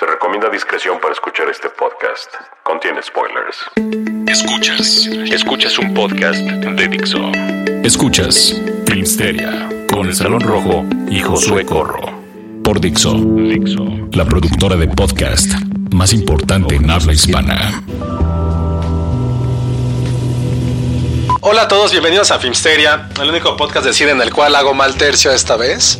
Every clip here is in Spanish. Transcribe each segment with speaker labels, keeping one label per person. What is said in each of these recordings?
Speaker 1: Se recomienda discreción para escuchar este podcast. Contiene spoilers.
Speaker 2: Escuchas, escuchas un podcast de Dixo. Escuchas Filmsteria con el Salón Rojo y Josué Corro. Por Dixo, Dixo, la productora de podcast más importante en habla hispana.
Speaker 3: Hola a todos, bienvenidos a Filmsteria, el único podcast de cine en el cual hago mal tercio esta vez,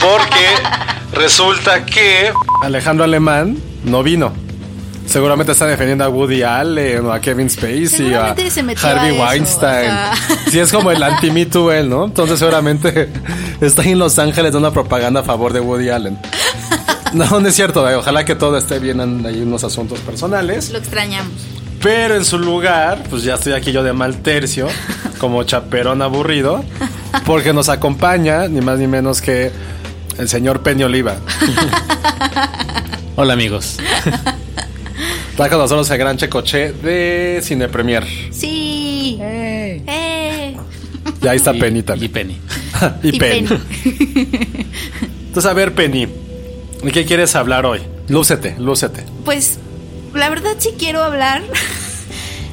Speaker 3: porque resulta que
Speaker 4: Alejandro Alemán no vino. Seguramente está defendiendo a Woody Allen o a Kevin Spacey o a
Speaker 5: Seguramente se metió
Speaker 4: Harvey
Speaker 5: a eso,
Speaker 4: Weinstein.
Speaker 5: o sea.
Speaker 4: Sí, es como el anti-Me Too él, ¿no? Entonces seguramente está en Los Ángeles dando propaganda a favor de Woody Allen. No, no es cierto, eh, ojalá que todo esté bien, andan ahí unos asuntos personales.
Speaker 5: Lo extrañamos.
Speaker 4: Pero en su lugar, pues ya estoy aquí yo de mal tercio, como chaperón aburrido, porque nos acompaña ni más ni menos que el señor Peña Oliva.
Speaker 6: Hola amigos.
Speaker 4: Está con nosotros el gran checoche de Cine Premier.
Speaker 5: Sí. ¡Eh!
Speaker 4: Y ahí está Penny
Speaker 6: Y
Speaker 4: también.
Speaker 6: Penny.
Speaker 4: Y,
Speaker 5: Y
Speaker 4: Penny.
Speaker 5: Penny.
Speaker 4: Entonces, a ver, Penny, ¿de qué quieres hablar hoy? Lúcete, lúcete.
Speaker 5: Pues la verdad sí quiero hablar.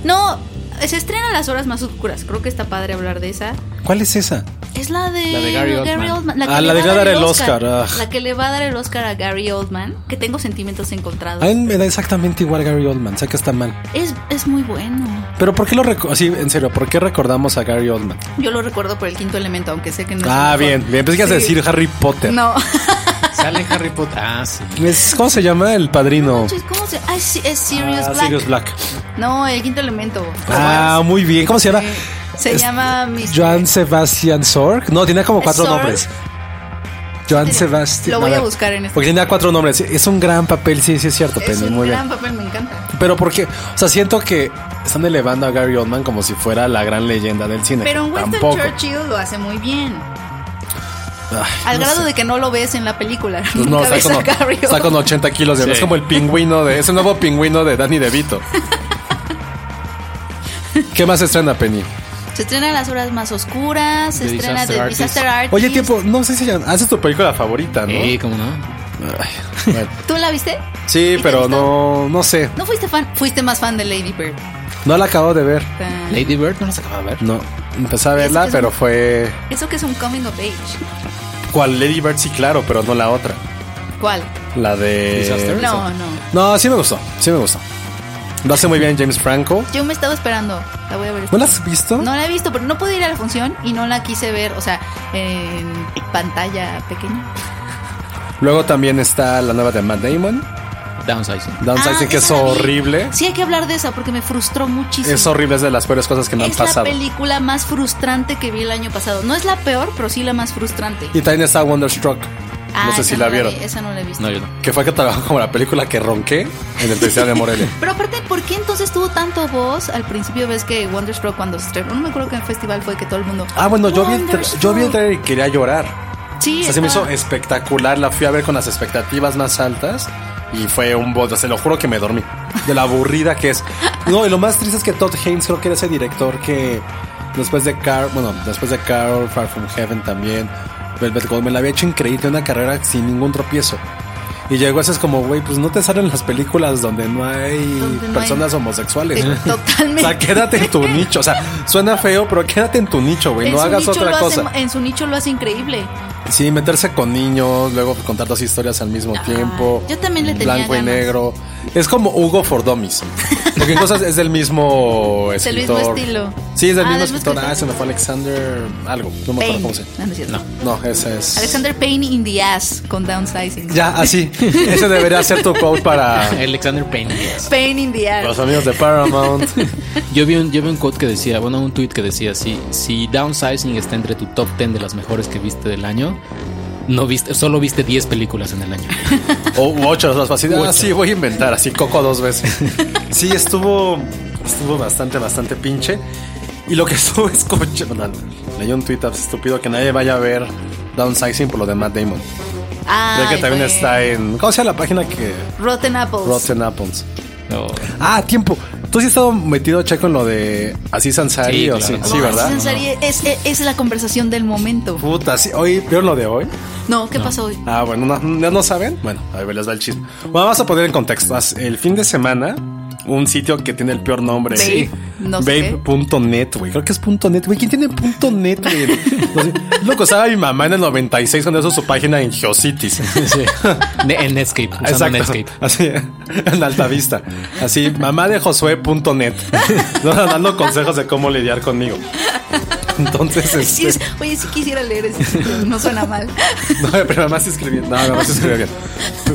Speaker 5: No, se estrena las horas más oscuras. Creo que está padre hablar de esa.
Speaker 4: ¿Cuál es esa?
Speaker 5: Es la de,
Speaker 6: La de Gary Oldman.
Speaker 5: La que
Speaker 4: Ah,
Speaker 5: le
Speaker 4: la de
Speaker 5: va a
Speaker 4: ganar
Speaker 5: dar
Speaker 4: el Oscar, ah.
Speaker 5: La que le va a dar el Oscar a Gary Oldman. Que tengo sentimientos encontrados.
Speaker 4: A mí me da exactamente igual Gary Oldman, sé que está mal.
Speaker 5: Es, es muy bueno.
Speaker 4: Pero ¿por qué lo recordamos? Sí, en serio, ¿por qué recordamos a Gary Oldman?
Speaker 5: Yo lo recuerdo por el quinto elemento, aunque sé que no es
Speaker 4: Ah,
Speaker 5: el mejor.
Speaker 4: bien, bien, pensé que ibas a
Speaker 5: Sí.
Speaker 4: decir Harry Potter.
Speaker 5: No.
Speaker 6: Sale Harry Potter. Ah, sí.
Speaker 4: Es- ¿Cómo se llama el padrino?
Speaker 5: ¿Cómo se.? Ah, sí, es Sirius
Speaker 4: Ah,
Speaker 5: Black.
Speaker 4: Sirius Black.
Speaker 5: No, el quinto elemento.
Speaker 4: Ah, muy bien. ¿Cómo se llama?
Speaker 5: Se
Speaker 4: Es-
Speaker 5: llama Mr.
Speaker 4: Joan Sebastian Sork. No, tenía como cuatro
Speaker 5: Sork.
Speaker 4: nombres. Joan
Speaker 5: Espera,
Speaker 4: Sebastian.
Speaker 5: lo voy a
Speaker 4: ver,
Speaker 5: buscar en este
Speaker 4: Porque tenía cuatro nombres. Es un gran papel, sí, sí, es cierto,
Speaker 5: Es
Speaker 4: Penny.
Speaker 5: un
Speaker 4: Muy
Speaker 5: gran
Speaker 4: bien.
Speaker 5: papel, me encanta.
Speaker 4: Pero porque, o sea, siento que están elevando a Gary Oldman como si fuera la gran leyenda del cine.
Speaker 5: Pero en Winston
Speaker 4: Tampoco.
Speaker 5: Churchill lo hace muy bien.
Speaker 4: Ay,
Speaker 5: Al
Speaker 4: no
Speaker 5: grado
Speaker 4: sé.
Speaker 5: de que no lo ves en la película.
Speaker 4: Pues no, está
Speaker 5: Nunca ves
Speaker 4: con,
Speaker 5: a Gary
Speaker 4: está con
Speaker 5: Oldman.
Speaker 4: 80 kilos de
Speaker 6: Sí.
Speaker 4: Es como el pingüino de. Es el nuevo pingüino de Danny DeVito. ¿Qué más estrena, Penny?
Speaker 5: Se estrena Las Horas Más Oscuras, se
Speaker 6: The
Speaker 5: estrena
Speaker 6: Disaster
Speaker 5: The
Speaker 6: Artist.
Speaker 5: Disaster Artist.
Speaker 4: Oye, tiempo, no sé si ya- haces tu película favorita, ¿no?
Speaker 6: Eh, ¿cómo no?
Speaker 4: Ay, bueno.
Speaker 5: ¿Tú la viste? ¿Y
Speaker 4: Sí,
Speaker 5: te
Speaker 4: pero
Speaker 5: gustó?
Speaker 4: no, no sé.
Speaker 5: ¿No fuiste fan? Fuiste más fan de Lady Bird.
Speaker 4: No la acabo de ver.
Speaker 5: Tan-
Speaker 6: Lady Bird no nos acaba de ver.
Speaker 4: No, empecé a
Speaker 5: Es
Speaker 4: verla,
Speaker 5: que es
Speaker 4: pero
Speaker 5: un-
Speaker 4: fue.
Speaker 5: Eso que es un coming of age.
Speaker 4: ¿Cuál? Lady Bird, sí, claro, pero no la otra.
Speaker 5: ¿Cuál?
Speaker 4: La de.
Speaker 6: Disaster.
Speaker 5: No, no.
Speaker 4: No, sí me gustó, sí me gustó. Lo hace muy bien James Franco.
Speaker 5: Yo me estaba esperando. La voy a ver.
Speaker 4: ¿No la has visto?
Speaker 5: No la he visto, pero no pude ir a la función y no la quise ver, o sea, en pantalla pequeña.
Speaker 4: Luego también está la nueva de Matt Damon,
Speaker 6: Downsizing.
Speaker 4: Downsizing,
Speaker 5: Ah,
Speaker 4: que es
Speaker 5: esa la vi.
Speaker 4: horrible.
Speaker 5: Sí, hay que hablar de esa porque me frustró muchísimo.
Speaker 4: Es horrible, es de las peores cosas que me han
Speaker 5: Es la
Speaker 4: pasado.
Speaker 5: película más frustrante que vi el año pasado. No es la peor, pero sí la más frustrante.
Speaker 4: Y también está Wonderstruck.
Speaker 5: Ah,
Speaker 4: no sé
Speaker 5: esa
Speaker 4: si la
Speaker 5: vi,
Speaker 4: vieron.
Speaker 5: esa no la he visto.
Speaker 6: No, yo no.
Speaker 4: Que fue que trabajó como la película que ronqué en el Festival de Morelia.
Speaker 5: Pero aparte, ¿por qué entonces tuvo tanto voz? Al principio ves que Wonderstruck cuando se estrenó, no me acuerdo que en el festival fue que todo el mundo.
Speaker 4: Ah, bueno, yo vi, el tra-
Speaker 5: Wonderstruck.
Speaker 4: yo vi el trailer y quería llorar.
Speaker 5: Sí,
Speaker 4: O sea, se me hizo
Speaker 5: estaba-
Speaker 4: espectacular. La fui a ver con las expectativas más altas y fue un bodo. Se lo juro que me dormí de la aburrida que es. No, y lo más triste es que Todd Haynes creo que era ese director que después de Car, bueno, después de Carol Far From Heaven también, Velvet Goldman, la había hecho increíble, una carrera sin ningún tropiezo. Y llegó ese es como, güey, pues no te salen las películas donde no hay
Speaker 5: Donde no hay-
Speaker 4: personas homosexuales. güey. O
Speaker 5: eh, Totalmente.
Speaker 4: sea, quédate en tu nicho. O sea, suena feo, pero quédate en tu nicho, güey.
Speaker 5: En
Speaker 4: No
Speaker 5: su
Speaker 4: hagas
Speaker 5: nicho
Speaker 4: otra
Speaker 5: lo hace-
Speaker 4: cosa.
Speaker 5: en su nicho lo hace increíble.
Speaker 4: Sí, meterse con niños, luego contar dos historias al mismo tiempo.
Speaker 5: Ah, yo también le tenía
Speaker 4: Blanco y
Speaker 5: ganas.
Speaker 4: negro. Es como Hugo Fordomis. Porque en cosas es del mismo
Speaker 5: Es del
Speaker 4: escritor.
Speaker 5: mismo estilo.
Speaker 4: Sí, es del
Speaker 5: Ah,
Speaker 4: mismo
Speaker 5: del mismo
Speaker 4: escritor. Ah,
Speaker 5: escritor.
Speaker 4: se me fue Alexander algo. No me acuerdo
Speaker 5: Payne.
Speaker 4: cómo se.
Speaker 5: No, no es cierto.
Speaker 4: No, no, ese es.
Speaker 5: Alexander Payne in the ass con downsizing.
Speaker 4: Ya, así. Ese debería ser tu quote para
Speaker 6: Alexander Payne. yes.
Speaker 5: Payne in the ass.
Speaker 4: los amigos de Paramount.
Speaker 6: Yo vi, un, yo vi un quote que decía, bueno, un tweet que decía, si, si Downsizing está entre tu top 10 de las mejores que viste del año, no viste, solo viste 10 películas en el año.
Speaker 4: O u ocho, las así. de,
Speaker 6: Ocho.
Speaker 4: Ah, sí, voy a inventar así coco dos veces. Sí, estuvo, estuvo bastante, bastante pinche. Y lo que estuve escuchando, bueno, leí un tweet estúpido que nadie vaya a ver Downsizing por lo de Matt Damon. Creo que
Speaker 5: Ay,
Speaker 4: también
Speaker 5: güey.
Speaker 4: está en. ¿Cómo se llama la página que?
Speaker 5: Rotten Apples.
Speaker 4: Rotten Apples.
Speaker 6: No.
Speaker 4: Ah, tiempo. Tú sí has estado metido checo en lo de Aziz Ansari
Speaker 6: Sí,
Speaker 4: o
Speaker 6: claro.
Speaker 4: sí,
Speaker 6: No,
Speaker 4: sí, ¿verdad?
Speaker 5: Es, en serie- es- es- es la conversación del momento.
Speaker 4: Puta, sí. Hoy, ¿vieron lo de hoy?
Speaker 5: No, ¿qué pasó hoy?
Speaker 4: Ah, bueno, no, no, no saben. Bueno, a ver, les va el chisme. Bueno, vamos a poner en contexto. As- El fin de semana, un sitio que tiene el peor nombre.
Speaker 5: Babe,
Speaker 4: Sí.
Speaker 5: no sé qué.
Speaker 4: Babe.net, güey. Creo que es punto .net, güey. ¿Quién tiene punto .net, güey? No sé. Loco, estaba mi mamá en el 96 cuando hizo su página en Geocities.
Speaker 6: Sí. Ne- en Netscape, usando Netscape.
Speaker 4: Así, en alta vista. Así, mamá de Josué.net. Dando consejos de cómo lidiar conmigo. Entonces,
Speaker 5: Sí,
Speaker 4: este,
Speaker 5: es- oye, sí quisiera leer ese sitio, no suena mal.
Speaker 4: No, pero mamá se escribió. No, mamá se escribió bien.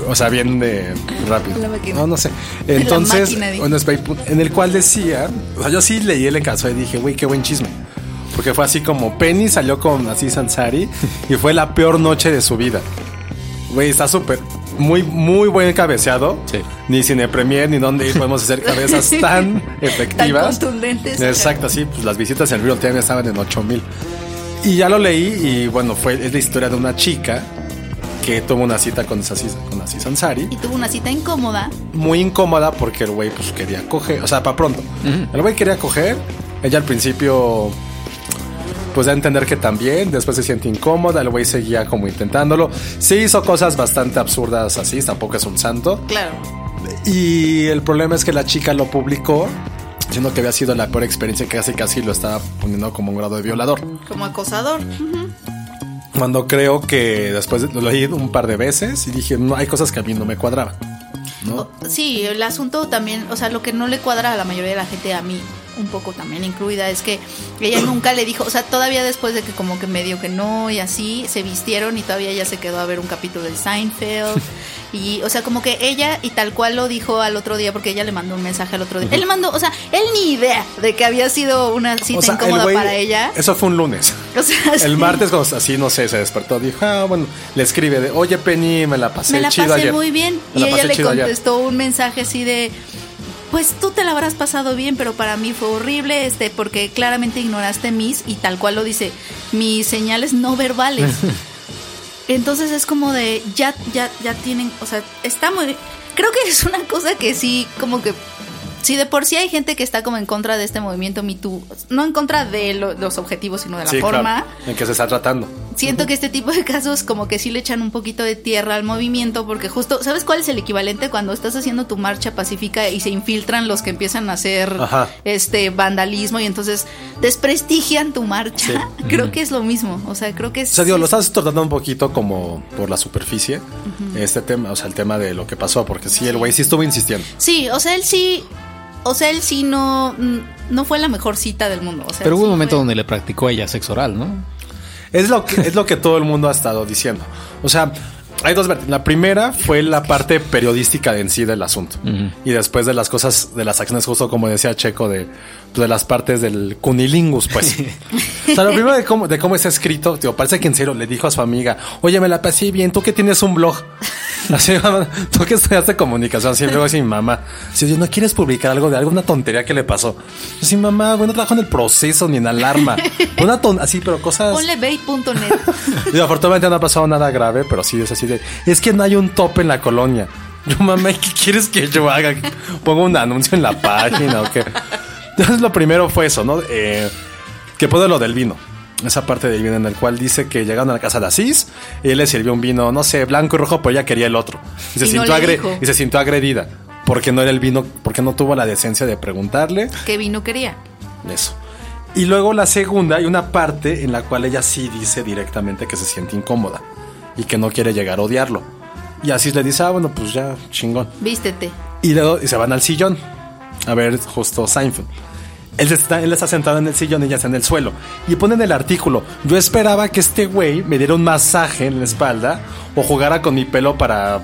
Speaker 4: O sea, bien de rápido.
Speaker 5: La máquina.
Speaker 4: No, no sé. Entonces,
Speaker 5: máquina, dije.
Speaker 4: bueno, es Facebook, en el cual decía, o sea, yo sí leí el caso y dije, güey, qué buen chisme. Porque fue así como Penny salió con así Sansari y fue la peor noche de su vida. Güey, está súper. Muy, muy buen cabeceado.
Speaker 6: Sí.
Speaker 4: Ni cine premier, ni dónde ir podemos hacer cabezas tan efectivas.
Speaker 5: contundentes.
Speaker 4: Exacto, sí. Pues las visitas en Real Time estaban en 8000. Y ya lo leí y bueno, fue, es la historia de una chica que tuvo una cita con Aziz, con Aziz Ansari.
Speaker 5: Y tuvo una cita incómoda.
Speaker 4: Muy incómoda porque el güey pues quería coger, o sea, para pronto. El güey quería coger, ella al principio pues da a entender que también, después se siente incómoda, el güey seguía como intentándolo. Sí hizo cosas bastante absurdas así, tampoco es un santo.
Speaker 5: Claro.
Speaker 4: Y el problema es que la chica lo publicó diciendo que había sido la peor experiencia que casi casi lo estaba poniendo como un grado de violador.
Speaker 5: Como acosador.
Speaker 4: Cuando creo que después de- lo leí un par de veces y dije, no, hay cosas que a mí no me cuadraban. ¿no?
Speaker 5: O- Sí, el asunto también, o sea, lo que no le cuadra a la mayoría de la gente, a mí un poco también incluida, es que ella nunca le dijo, o sea, todavía después de que como que medio que no y así, se vistieron y todavía ella se quedó a ver un capítulo de Seinfeld. Y, o sea, como que ella, y tal cual lo dijo al otro día, porque ella le mandó un mensaje al otro día. Él le mandó, o sea, él ni idea de que había sido una cita
Speaker 4: O sea, el
Speaker 5: incómoda
Speaker 4: güey-
Speaker 5: para ella.
Speaker 4: Eso fue un lunes.
Speaker 5: O sea, sí.
Speaker 4: El martes, cuando así, no sé, se despertó, dijo, ah, bueno, le escribe de, oye, Penny, me la pasé
Speaker 5: Me la
Speaker 4: chido
Speaker 5: pasé
Speaker 4: ayer.
Speaker 5: muy bien.
Speaker 4: Me
Speaker 5: Y
Speaker 4: la
Speaker 5: ella
Speaker 4: pasé
Speaker 5: le
Speaker 4: chido ayer.
Speaker 5: contestó un mensaje así de. Pues tú te la habrás pasado bien, pero para mí fue horrible, este, porque claramente ignoraste mis, y tal cual lo dice, mis señales no verbales. Entonces es como de, ya, ya, ya tienen, o sea, está muy. Creo que es una cosa que sí, como que. Si de por sí hay gente que está como en contra de este movimiento Me Too, no en contra de lo- los objetivos, sino de la
Speaker 4: Sí,
Speaker 5: forma.
Speaker 4: claro, en que se está tratando.
Speaker 5: Siento que este tipo de casos como que sí le echan un poquito de tierra al movimiento porque justo, ¿sabes cuál es el equivalente cuando estás haciendo tu marcha pacífica y se infiltran los que empiezan a hacer
Speaker 4: Ajá.
Speaker 5: este vandalismo y entonces desprestigian tu marcha?
Speaker 4: Sí.
Speaker 5: Creo que es lo mismo, o sea, creo que es
Speaker 4: O sea, digo, lo estás tratando un poquito como por la superficie, este tema, o sea, el tema de lo que pasó, porque sí, el güey sí estuvo insistiendo.
Speaker 5: Sí, o sea, él sí o sea, él sí no mm, no fue la mejor cita del mundo, o sea,
Speaker 6: Pero hubo
Speaker 5: sí
Speaker 6: un momento
Speaker 5: fue-
Speaker 6: donde le practicó a ella sexo oral, ¿no?
Speaker 4: Es lo que, es lo que todo el mundo ha estado diciendo. O sea, hay dos vertientes. La primera fue la parte periodística en sí del asunto. Y después de las cosas, de las acciones, justo como decía Checo, de, pues, de las partes del cunilingus, pues. o sea, lo primero de cómo, de cómo está escrito, tío, parece que en serio le dijo a su amiga, oye, me la pasé bien, tú que tienes un blog. Así, mamá, tú que estudiaste comunicación, así luego así mi mamá. Si yo no quieres publicar algo de alguna tontería que le pasó. Así, mamá, bueno, trabajo en el proceso ni en alarma. Una ton así, pero cosas.
Speaker 5: Ponle bait.net.
Speaker 4: Digo, afortunadamente no ha pasado nada grave, pero sí es así de. Es que no hay un tope en la colonia. Yo, mamá, ¿qué quieres que yo haga? ¿Pongo un anuncio en la página o qué? Entonces, lo primero fue eso, ¿no? Eh, que puedo lo del vino. Esa parte del vino en el cual dice que llegaron a la casa de Asís y él le sirvió un vino, no sé, blanco y rojo, pero ella quería el otro. Y se,
Speaker 5: Y no
Speaker 4: sintió,
Speaker 5: le
Speaker 4: agre-
Speaker 5: dijo.
Speaker 4: y se sintió agredida porque no era el vino, porque no tuvo la decencia de preguntarle
Speaker 5: ¿Qué vino quería?
Speaker 4: eso. Y luego la segunda, hay una parte en la cual ella sí dice directamente que se siente incómoda y que no quiere llegar a odiarlo. Y Asís le dice, ah, bueno, pues ya, chingón.
Speaker 5: Vístete.
Speaker 4: Y luego y se van al sillón. A ver, justo Seinfeld. Él está, él está sentado en el sillón y ella está en el suelo. Y ponen el artículo. Yo esperaba que este güey me diera un masaje en la espalda o jugara con mi pelo para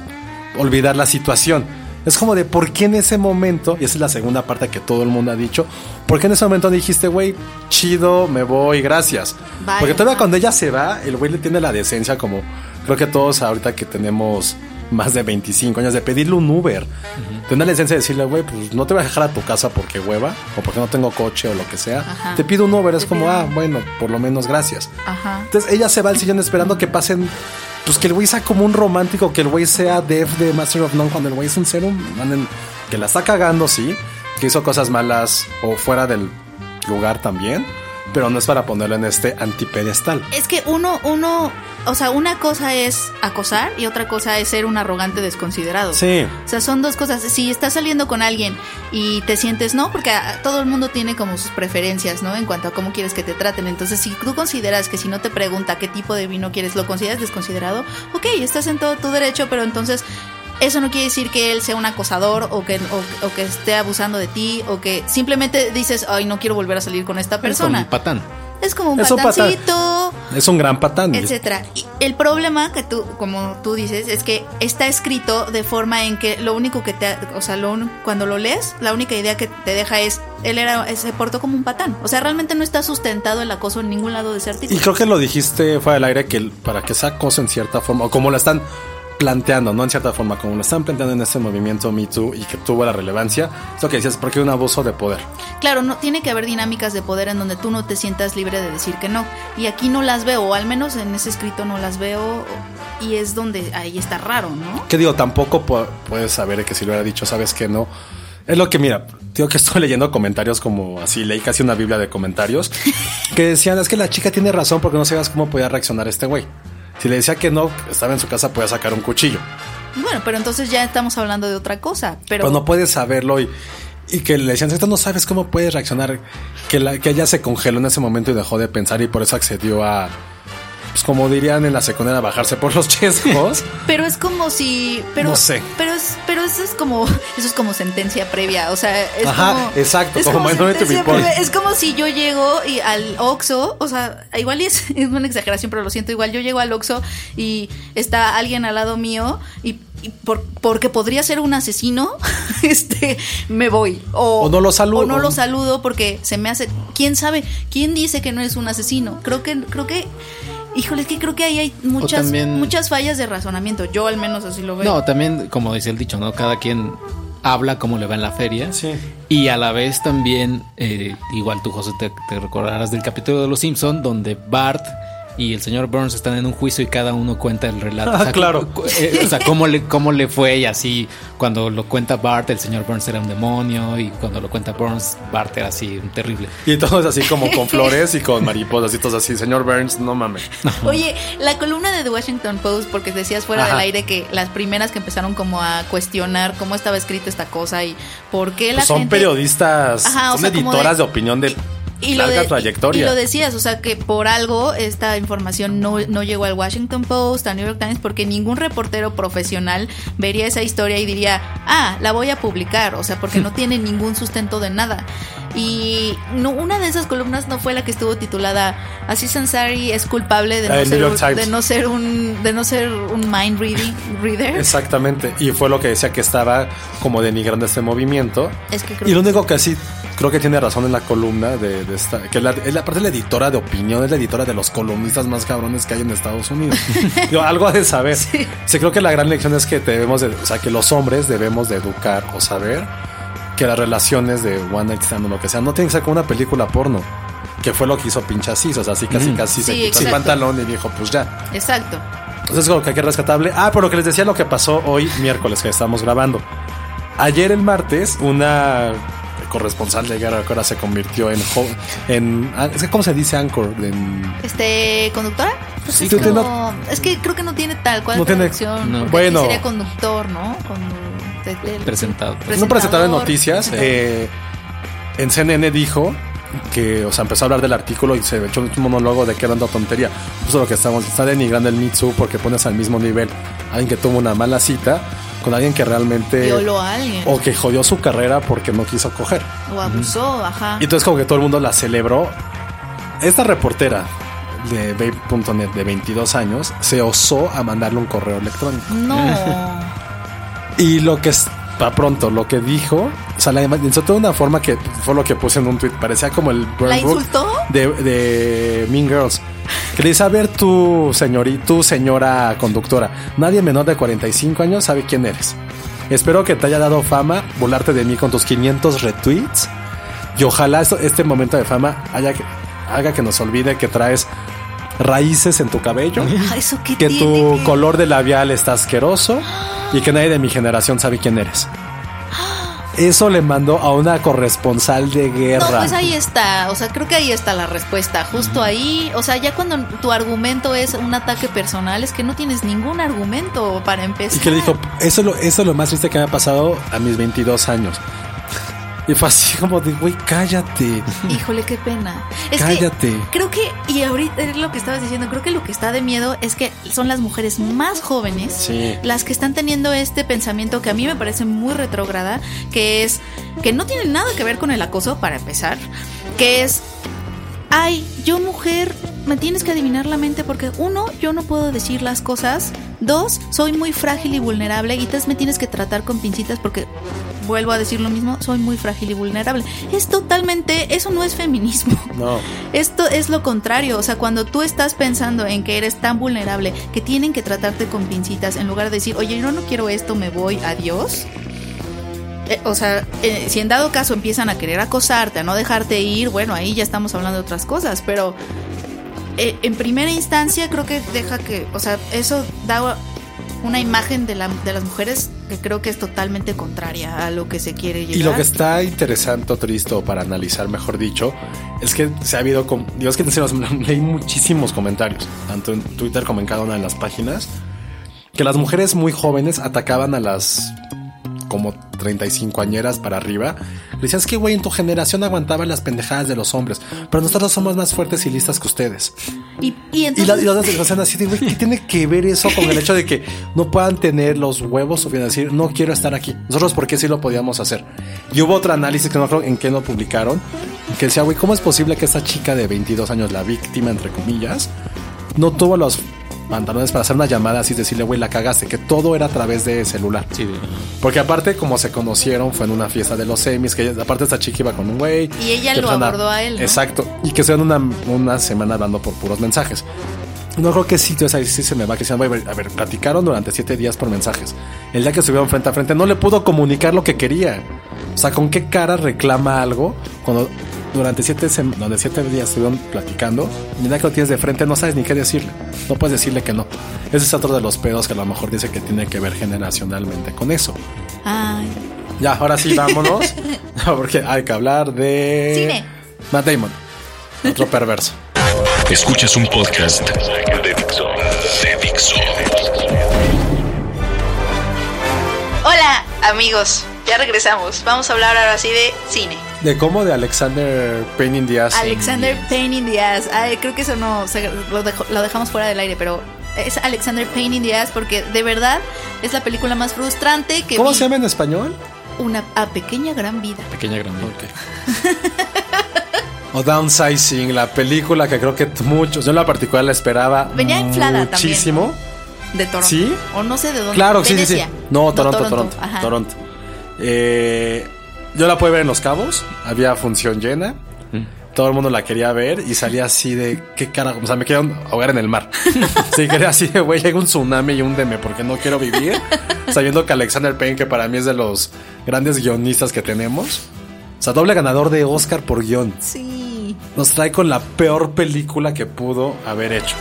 Speaker 4: olvidar la situación. Es como de por qué en ese momento, y esa es la segunda parte que todo el mundo ha dicho, por qué en ese momento dijiste, güey, chido, me voy, gracias.
Speaker 5: Vaya.
Speaker 4: Porque todavía cuando ella se va, el güey le tiene la decencia como creo que todos ahorita que tenemos más de 25 años de pedirle un Uber. Tener la decencia de decirle, güey, pues no te voy a dejar a tu casa porque hueva o porque no tengo coche o lo que sea.
Speaker 5: Ajá.
Speaker 4: Te pido un Uber, es
Speaker 5: Te
Speaker 4: como,
Speaker 5: pido
Speaker 4: ah,
Speaker 5: un-
Speaker 4: bueno, por lo menos gracias.
Speaker 5: Ajá.
Speaker 4: Entonces ella se va al sillón esperando que pasen. Pues que el güey sea como un romántico, que el güey sea Dev de Master of None, cuando el güey es un serum, que la está cagando, sí, que hizo cosas malas o fuera del lugar también, pero no es para ponerlo en este antipedestal.
Speaker 5: Es que uno, uno, o sea, una cosa es acosar y otra cosa es ser un arrogante desconsiderado.
Speaker 4: Sí.
Speaker 5: O sea, son dos cosas. Si estás saliendo con alguien y te sientes no, porque a- todo el mundo tiene como sus preferencias, ¿no? En cuanto a cómo quieres que te traten. Entonces, si tú consideras que si no te pregunta qué tipo de vino quieres, lo consideras desconsiderado, ok, estás en todo tu derecho, pero entonces eso no quiere decir que él sea un acosador o que, o, o que esté abusando de ti o que simplemente dices, ay, no quiero volver a salir con esta
Speaker 6: Es
Speaker 5: persona.
Speaker 6: como un patán.
Speaker 5: Es como un
Speaker 4: Es un patán.
Speaker 5: patancito
Speaker 4: Es un gran patán.
Speaker 5: etcétera. Y el problema que tú, como tú dices, es que está escrito de forma en que lo único que te, o sea, lo un- cuando lo lees, la única idea que te deja es, él era, se portó como un patán. O sea, realmente no está sustentado el acoso en ningún lado de ese
Speaker 4: Y
Speaker 5: artículo.
Speaker 4: creo que lo dijiste fuera del aire que el- para que sea cosa en cierta forma, o como la están planteando, no en cierta forma, como lo están planteando en este movimiento Me Too y que tuvo la relevancia, es lo que decías, porque hay un abuso de poder.
Speaker 5: Claro, no tiene que haber dinámicas de poder en donde tú no te sientas libre de decir que no. Y aquí no las veo, o al menos en ese escrito no las veo. Y es donde ahí está raro, ¿no?
Speaker 4: Que digo, tampoco po- puedes saber que si lo hubiera dicho, sabes que no. Es lo que, mira, digo que estoy leyendo comentarios como así, leí casi una biblia de comentarios, que decían, es que la chica tiene razón porque no sabías cómo podía reaccionar este güey. Si le decía que no, estaba en su casa, podía sacar un cuchillo.
Speaker 5: Bueno, pero entonces ya estamos hablando de otra cosa. Pero,
Speaker 4: Pero Pues no puedes saberlo y, y que le decían, esto no sabes cómo puedes reaccionar, que, la, que ella se congeló en ese momento y dejó de pensar y por eso accedió a, pues como dirían en la secundaria, a bajarse por los chescos.
Speaker 5: Pero es como si. Pero,
Speaker 4: No sé.
Speaker 5: Pero, es, pero eso es como. Eso es como sentencia previa. O sea, es
Speaker 4: Ajá,
Speaker 5: como.
Speaker 4: exacto,
Speaker 5: Es
Speaker 4: como
Speaker 5: como,
Speaker 4: en Don't Let It Be
Speaker 5: sentencia
Speaker 4: Paul.
Speaker 5: previa. Es como si yo llego y al Oxxo. O sea, igual y es, es una exageración, pero lo siento. Igual yo llego al Oxxo y está alguien al lado mío y. y por- porque podría ser un asesino, este, me voy. O,
Speaker 4: O no lo saludo.
Speaker 5: O no lo saludo porque se me hace. ¿Quién sabe? ¿Quién dice que no es un asesino? Creo que, creo que, híjole, es que creo que ahí hay muchas,
Speaker 6: también-
Speaker 5: muchas muchas fallas de razonamiento. Yo al menos así lo veo.
Speaker 6: No, también, como dice el dicho, ¿no? Cada quien habla como le va en la feria.
Speaker 4: Sí.
Speaker 6: Y a la vez también, eh, igual tú, José, te, te recordarás del capítulo de Los Simpson donde Bart y el señor Burns están en un juicio y cada uno cuenta el relato.
Speaker 4: Ah, claro.
Speaker 6: cu- eh, o sea, cómo le, cómo le fue y así. Cuando lo cuenta Bart, el señor Burns era un demonio y cuando lo cuenta Burns, Bart era así, un terrible.
Speaker 4: Y todos así como con flores y con mariposas y todos así, señor Burns, no mames.
Speaker 5: Oye, la columna de The Washington Post, porque decías fuera
Speaker 4: Ajá.
Speaker 5: del aire que las primeras que empezaron como a cuestionar cómo estaba escrita esta cosa y por qué la
Speaker 4: Pues son
Speaker 5: gente-
Speaker 4: periodistas,
Speaker 5: Ajá, o
Speaker 4: son
Speaker 5: sea, como
Speaker 4: editoras de,
Speaker 5: de-
Speaker 4: opinión de
Speaker 5: y lo
Speaker 4: larga
Speaker 5: de-
Speaker 4: trayectoria.
Speaker 5: y lo decías, o sea, que por algo esta información no, no llegó al Washington Post, al New York Times, porque ningún reportero profesional vería esa historia y diría, ah, la voy a publicar, o sea, porque no tiene ningún sustento de nada. Y no, una de esas columnas no fue la que estuvo titulada Así Sansari es culpable de
Speaker 4: Ah,
Speaker 5: no,
Speaker 4: el New
Speaker 5: ser,
Speaker 4: York
Speaker 5: un-
Speaker 4: Times.
Speaker 5: de no ser un de no ser un mind reading reader. Es,
Speaker 4: Exactamente. Y fue lo que decía que estaba como denigrando este movimiento.
Speaker 5: que creo
Speaker 4: Y lo
Speaker 5: que-
Speaker 4: único que sí creo que tiene razón en la columna de, de esta, que la, es la parte de la editora de opinión, es la editora de los columnistas más cabrones que hay en Estados Unidos. Digo, algo ha de saber. Sí. creo que la gran lección es que debemos, de- o sea, que los hombres debemos de educar o saber que las relaciones de One Night Stand o lo que sea no tienen que ser como una película porno. Que fue lo que hizo pinche Asís, o sea, así casi casi se
Speaker 5: Sí,
Speaker 4: quitó el
Speaker 5: exacto.
Speaker 4: pantalón y dijo, pues ya.
Speaker 5: Exacto.
Speaker 4: Entonces, como que hay que rescatable. Ah, por lo que les decía, lo que pasó hoy miércoles que estamos grabando. Ayer el martes, una corresponsal de guerra que ahora se convirtió en. jo- en ah, es que, ¿cómo se dice Anchor? En-
Speaker 5: Este, ¿conductora? Pues
Speaker 4: Sí,
Speaker 5: es,
Speaker 4: tú
Speaker 5: como-
Speaker 4: tienes-
Speaker 5: es que creo que no tiene tal cual
Speaker 4: No tiene-
Speaker 5: traducción.
Speaker 6: no.
Speaker 5: porque
Speaker 4: Bueno.
Speaker 5: aquí Sería conductor, ¿no? Con, de- de-
Speaker 6: Presentado.
Speaker 4: no presentador de
Speaker 5: presentador.
Speaker 4: noticias. eh, en CNN dijo que, o sea, empezó a hablar del artículo y se echó un monólogo de que era una tontería. Justo lo que estamos, está denigrando el Mitsu porque pones al mismo nivel a alguien que tuvo una mala cita con alguien que realmente.
Speaker 5: Violó a alguien.
Speaker 4: O que jodió su carrera porque no quiso coger.
Speaker 5: O abusó, ajá.
Speaker 4: Y entonces como que todo el mundo la celebró. Esta reportera de Babe.net de 22 años se osó a mandarle un correo electrónico.
Speaker 5: No.
Speaker 4: Y lo que está pronto, lo que dijo, o sea, la insultó de una forma que fue lo que puse en un tweet. Parecía como el Burn
Speaker 5: ¿La
Speaker 4: Book
Speaker 5: insultó?
Speaker 4: de, de Mean Girls. Que le dice, a ver tú, señorita, tú, señora conductora, nadie menor de 45 años sabe quién eres. Espero que te haya dado fama burlarte de mí con tus 500 retweets. Y ojalá esto- este momento de fama haya que- haga que nos olvide que traes raíces en tu cabello
Speaker 5: Ah, ¿Eso qué
Speaker 4: que
Speaker 5: tiene?
Speaker 4: tu color de labial está asqueroso y que nadie de mi generación sabe quién eres. Eso le mandó a una corresponsal de
Speaker 5: No,
Speaker 4: guerra.
Speaker 5: pues ahí está. O sea, creo que ahí está la respuesta. Justo ahí. O sea, ya cuando tu argumento es un ataque personal, es que no tienes ningún argumento para
Speaker 4: y
Speaker 5: empezar.
Speaker 4: que le dijo, eso es, lo, eso es lo más triste que me ha pasado a mis 22 años. Y fue así como de, güey, cállate.
Speaker 5: Híjole, qué pena. Es
Speaker 4: Cállate.
Speaker 5: Que creo que, y ahorita es lo que estabas diciendo, creo que lo que está de miedo es que son las mujeres más jóvenes
Speaker 4: Sí.
Speaker 5: las que están teniendo este pensamiento que a mí me parece muy retrógrada, que es que no tiene nada que ver con el acoso, para empezar, que es, ay, yo mujer, me tienes que adivinar la mente porque uno, yo no puedo decir las cosas, dos, soy muy frágil y vulnerable y tres, me tienes que tratar con pincitas porque... Vuelvo a decir lo mismo, soy muy frágil y vulnerable. Es totalmente, eso no es feminismo.
Speaker 4: No.
Speaker 5: Esto es lo contrario, o sea, cuando tú estás pensando en que eres tan vulnerable que tienen que tratarte con pincitas en lugar de decir, oye, yo no quiero esto, me voy, adiós. Eh, o sea, eh, si en dado caso empiezan a querer acosarte, a no dejarte ir, bueno, ahí ya estamos hablando de otras cosas, pero eh, en primera instancia creo que deja que, o sea, eso da una imagen de, la- de las mujeres que creo que es totalmente contraria a lo que se quiere llegar.
Speaker 4: Y lo que está interesante o triste o para analizar, mejor dicho, es que se ha habido, com- digo, es que en serio, leí muchísimos comentarios, tanto en Twitter como en cada una de las páginas, que las mujeres muy jóvenes atacaban a las como 35 añeras para arriba. Le decían, es que güey, en tu generación aguantaban las pendejadas de los hombres, pero nosotros somos más fuertes y listas que ustedes.
Speaker 5: Y, y
Speaker 4: Y
Speaker 5: entonces...
Speaker 4: las otras hacen así, de, güey, ¿qué tiene que ver eso con el hecho de que no puedan tener los huevos o bien decir, no quiero estar aquí? Nosotros, ¿por qué sí lo podíamos hacer? Y hubo otro análisis que no creo en qué lo publicaron, que decía, güey, ¿cómo es posible que esta chica de 22 años, la víctima, entre comillas, no tuvo los pantalones para hacer una llamada así y decirle, güey, la cagaste, que todo era a través de celular?
Speaker 6: Sí, de-
Speaker 4: Porque aparte, como se conocieron, fue en una fiesta de los semis, que ella- aparte esta chica iba con un güey.
Speaker 5: Y ella
Speaker 4: que
Speaker 5: lo
Speaker 4: empezaron
Speaker 5: abordó a él, ¿no?
Speaker 4: Exacto. Y que se una, una semana hablando por puros mensajes. No creo que sitio es ahí, sí se me va que decían, "Güey, a ver, platicaron durante siete días por mensajes. El día que estuvieron frente a frente no le pudo comunicar lo que quería. O sea, ¿con qué cara reclama algo cuando durante siete, sem- durante siete días estuvieron platicando? Y el día que lo tienes de frente no sabes ni qué decirle. No puedes decirle que no. Ese es otro de los pedos que a lo mejor dice que tiene que ver generacionalmente con eso.
Speaker 5: Ay.
Speaker 4: Ya, ahora sí, vámonos. Porque hay que hablar de.
Speaker 5: Cine.
Speaker 4: Matt Damon. Otro perverso.
Speaker 2: Escuchas un podcast de Dixo. De Dixo.
Speaker 5: Hola amigos, ya regresamos. Vamos a hablar ahora sí de cine.
Speaker 4: De cómo de Alexander Payne in the Ass.
Speaker 5: Alexander Payne in the Ass. Ay, creo que eso no o sea, lo, dejo- lo dejamos fuera del aire, pero es Alexander Payne in the Ass porque de verdad es la película más frustrante que
Speaker 4: ¿Cómo
Speaker 5: vi.
Speaker 4: se llama en español?
Speaker 5: Una a pequeña gran vida.
Speaker 6: pequeña gran vida.
Speaker 4: O Downsizing, la película que creo que t- muchos, yo en la particular la esperaba.
Speaker 5: Venía inflada
Speaker 4: Muchísimo.
Speaker 5: De Toronto.
Speaker 4: ¿Sí?
Speaker 5: O no sé de dónde.
Speaker 4: Claro, sí, sí, sí.
Speaker 5: Venecia.
Speaker 4: No, Toronto, Toronto.
Speaker 5: Ajá.
Speaker 4: Toronto. Eh, yo la pude ver en Los Cabos. Había función llena. Todo el mundo la quería ver y salía así de qué carajo. O sea, me quería ahogar en el mar. sí, quería así de güey, llega un tsunami y húndeme porque no quiero vivir. Sabiendo que Alexander Payne, que para mí es de los grandes guionistas que tenemos, o sea, doble ganador de Oscar por guión,
Speaker 5: Sí.
Speaker 4: nos trae con la peor película que pudo haber hecho.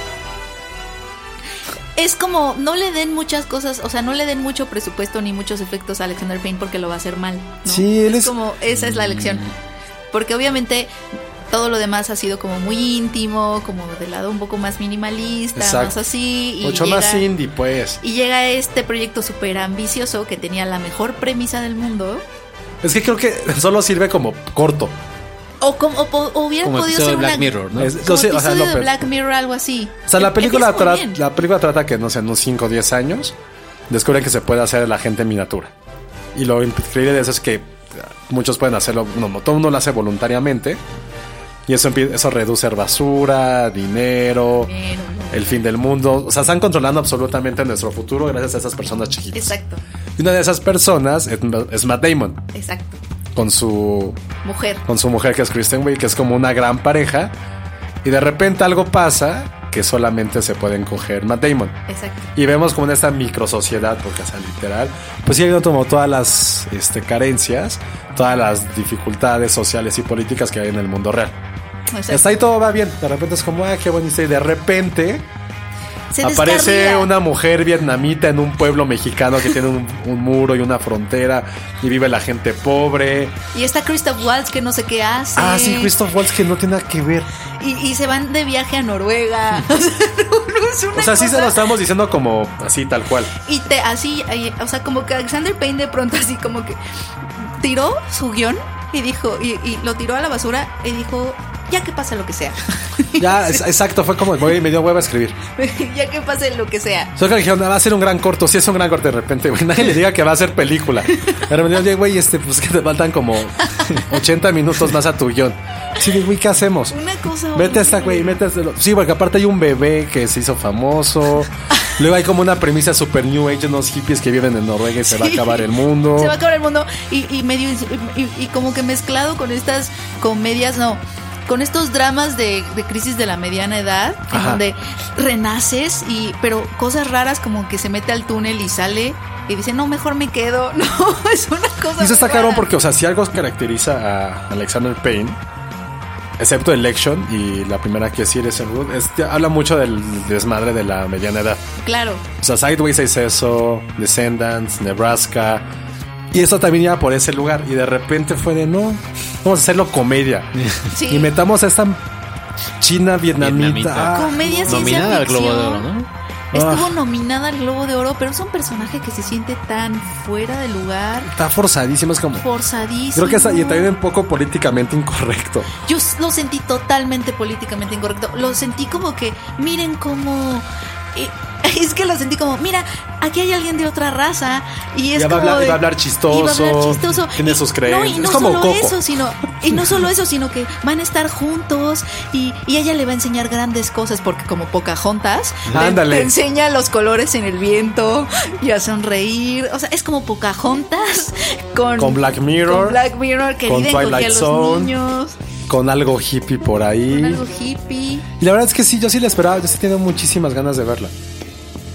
Speaker 5: es como, no le den muchas cosas, o sea, no le den mucho presupuesto ni muchos efectos a Alexander Payne porque lo va a hacer mal. ¿no?
Speaker 4: Sí, él es- Mm.
Speaker 5: como, esa es la lección. Porque obviamente todo lo demás ha sido como muy íntimo, como del lado un poco más minimalista, más
Speaker 4: Exacto.
Speaker 5: así. Y
Speaker 4: Mucho
Speaker 5: llega,
Speaker 4: más indie, pues.
Speaker 5: y llega este proyecto súper ambicioso que tenía la mejor premisa del mundo.
Speaker 4: Es que creo que solo sirve como corto.
Speaker 5: O, como, o po- o hubiera
Speaker 6: Como
Speaker 5: podido
Speaker 6: episodio
Speaker 5: ser
Speaker 6: de
Speaker 5: una-
Speaker 6: Black Mirror, ¿no?
Speaker 4: Es-
Speaker 5: como
Speaker 4: no sé, o sea,
Speaker 5: episodio
Speaker 4: no,
Speaker 5: de
Speaker 4: pero-
Speaker 5: Black Mirror, algo así.
Speaker 4: O sea, la película,
Speaker 5: Empieza
Speaker 4: tra-
Speaker 5: muy bien.
Speaker 4: la película trata que, no sé, en unos 5 o 10 años descubre que se puede hacer la gente en miniatura. Y lo increíble de eso es que eh, muchos pueden hacerlo, no, no, todo uno lo hace voluntariamente. Y eso, empie- eso reduce basura, dinero,
Speaker 5: Dinero.
Speaker 4: el fin del mundo. O sea, están controlando absolutamente nuestro futuro gracias a esas personas chiquitas.
Speaker 5: Exacto,
Speaker 4: Y una de esas personas es, es Matt Damon,
Speaker 5: exacto.
Speaker 4: con su
Speaker 5: Mujer.
Speaker 4: con su mujer que es Kristen Wiig, que es como una gran pareja. Y de repente algo pasa que solamente se pueden coger Matt Damon.
Speaker 5: Exacto.
Speaker 4: Y vemos como en esta microsociedad, porque o sea, literal, pues sí ha habido como todas las este, carencias, todas las dificultades sociales y políticas que hay en el mundo real.
Speaker 5: exacto.
Speaker 4: Está ahí todo va bien. De repente es como, ah, qué bonito. Y de repente
Speaker 5: Se
Speaker 4: aparece
Speaker 5: descarrila.
Speaker 4: una mujer vietnamita en un pueblo mexicano que tiene un, un muro y una frontera y vive la gente pobre.
Speaker 5: Y está Christoph Waltz que no sé qué hace.
Speaker 4: Ah, sí, Christoph Waltz que no tiene nada que ver.
Speaker 5: Y, y se van de viaje a Noruega. O sea, no, no es una
Speaker 4: O sea, sí se lo
Speaker 5: cosa-
Speaker 4: estamos diciendo como así, tal cual.
Speaker 5: Y te, así, ahí, o sea, como que Alexander Payne de pronto así como que tiró su guión y dijo, y, y lo tiró a la basura y dijo, ya que pase lo que sea.
Speaker 4: Ya, es- exacto, fue como, güey, me dio hueva a escribir.
Speaker 5: ya que pase lo que sea.
Speaker 4: Solo que le dijeron, "Ah, va a ser un gran corto, sí es un gran corto de repente, güey, nadie le diga que va a ser película. De repente, oye, güey, este, pues que te faltan como 80 minutos más a tu guión. Sí, de, güey, ¿qué hacemos?
Speaker 5: Una cosa.
Speaker 4: Vete a esta,
Speaker 5: horrible.
Speaker 4: güey, vete a este- Sí, porque aparte hay un bebé que se hizo famoso. Luego hay como una premisa super new age, unos hippies que viven en Noruega y se va a
Speaker 5: Sí.
Speaker 4: acabar el mundo.
Speaker 5: Se va a acabar el mundo y, y medio y, y como que mezclado con estas comedias, no, con estos dramas de, de crisis de la mediana edad, en
Speaker 4: Ajá.
Speaker 5: donde renaces y pero cosas raras como que se mete al túnel y sale y dice no mejor me quedo, no es una cosa.
Speaker 4: Y eso
Speaker 5: muy
Speaker 4: está cabrón
Speaker 5: rara.
Speaker 4: porque, o sea, si algo caracteriza a Alexander Payne, excepto Election y la primera que sí es el Root, es que habla mucho del desmadre de la mediana edad.
Speaker 5: claro,
Speaker 4: O sea, Sideways es eso, Descendants, Nebraska. Y eso también iba por ese lugar. Y de repente fue de no, vamos a hacerlo comedia.
Speaker 5: Sí.
Speaker 4: Y metamos a esta china vietnamita.
Speaker 6: Vietnamita.
Speaker 4: Ah,
Speaker 5: comedia ciencia
Speaker 6: Nominada al Globo de Oro,
Speaker 5: ficción.
Speaker 6: ¿no?
Speaker 5: Estuvo nominada al Globo de Oro, pero es un personaje que se siente tan fuera de lugar,
Speaker 4: Está forzadísimo, es como.
Speaker 5: forzadísimo.
Speaker 4: Creo que está, y también un poco políticamente incorrecto.
Speaker 5: Yo s- lo sentí totalmente políticamente incorrecto. Lo sentí como que, miren cómo. eh, Es que lo sentí como, mira, aquí hay alguien de otra raza y es
Speaker 4: Ya va a
Speaker 5: como
Speaker 4: hablar-
Speaker 5: de-
Speaker 4: y va a hablar chistoso,
Speaker 5: y va a hablar chistoso.
Speaker 4: tiene
Speaker 5: Y-
Speaker 4: sus
Speaker 5: no,
Speaker 4: creencias.
Speaker 5: y no
Speaker 4: Es como
Speaker 5: solo
Speaker 4: Coco.
Speaker 5: eso, sino y no solo eso, sino que van a estar juntos y, y ella le va a enseñar grandes cosas porque como Pocahontas, te-
Speaker 4: Ándale.
Speaker 5: te enseña los colores en el viento y a sonreír. O sea, es como Pocahontas con
Speaker 4: Con Black Mirror,
Speaker 5: con Black Mirror que
Speaker 4: con
Speaker 5: viven con
Speaker 4: Twilight
Speaker 5: los
Speaker 4: Zone.
Speaker 5: niños
Speaker 4: Con algo hippie por ahí.
Speaker 5: con algo hippie.
Speaker 4: Y la verdad es que sí, yo sí la esperaba, yo sí tenía muchísimas ganas de verla.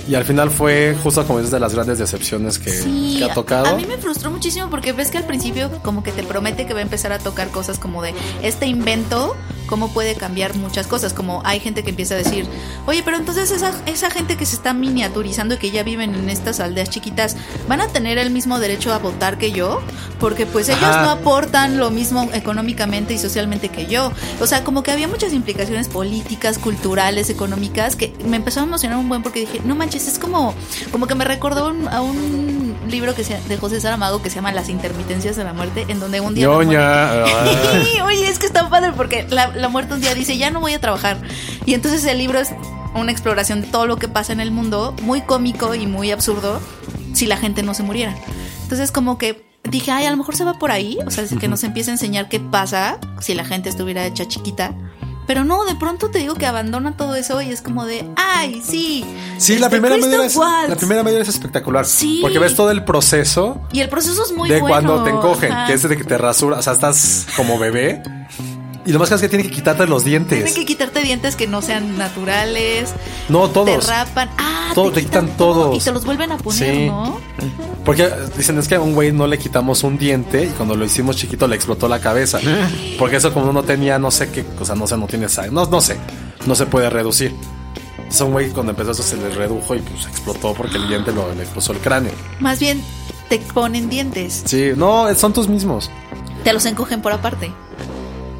Speaker 4: Y al final fue justo como es de las grandes decepciones que,
Speaker 5: Sí,
Speaker 4: que ha tocado.
Speaker 5: a mí me frustró muchísimo porque ves que al principio como que te promete que va a empezar a tocar cosas como de este invento, cómo puede cambiar muchas cosas, como hay gente que empieza a decir, oye, pero entonces esa, esa gente que se está miniaturizando y que ya viven en estas aldeas chiquitas, ¿van a tener el mismo derecho a votar que yo? Porque pues ellos
Speaker 4: Ajá.
Speaker 5: no aportan lo mismo económicamente y socialmente que yo. O sea, como que había muchas implicaciones políticas, culturales, económicas, que me empezó a emocionar un buen porque dije, no manches, es como, como que me recordó un- a un libro que se- de José Saramago que se llama Las intermitencias de la muerte, en donde un día... la
Speaker 4: Ñoña. ah.
Speaker 5: muerte- Sí, Oye, es que está padre porque la, la muerte un día dice, ya no voy a trabajar. Y entonces el libro es una exploración de todo lo que pasa en el mundo, muy cómico y muy absurdo, si la gente no se muriera. Entonces como que dije, ay, a lo mejor se va por ahí, o sea, es que nos empieza a enseñar qué pasa si la gente estuviera hecha chiquita. Pero no, de pronto te digo que abandona todo eso y es como de, ay, sí.
Speaker 4: Sí, la
Speaker 5: este,
Speaker 4: primera,
Speaker 5: Christoph
Speaker 4: media es,
Speaker 5: Waltz".
Speaker 4: la primera media es espectacular.
Speaker 5: Sí.
Speaker 4: Porque ves todo el proceso
Speaker 5: Y el proceso es muy
Speaker 4: de
Speaker 5: bueno.
Speaker 4: cuando te encogen,
Speaker 5: ajá.
Speaker 4: que es de que te rasuras, o sea, estás como bebé. Y lo más que es que tienen que quitarte los dientes.
Speaker 5: Tienen que quitarte dientes que no sean naturales.
Speaker 4: No, todos.
Speaker 5: Te rapan. Ah,
Speaker 4: Todo, te quitan todos.
Speaker 5: Y te los vuelven a poner,
Speaker 4: Sí.
Speaker 5: ¿no?
Speaker 4: Porque eh, dicen es que a un güey no le quitamos un diente y cuando lo hicimos chiquito le explotó la cabeza. Porque eso como no tenía no sé qué, o sea, no sé, no tiene sangre, no, no sé, no se puede reducir. Entonces, a un güey cuando empezó eso se le redujo y pues explotó porque el diente lo, le cruzó el cráneo.
Speaker 5: Más bien te ponen dientes,
Speaker 4: Sí, no, son tus mismos.
Speaker 5: te los encogen por aparte.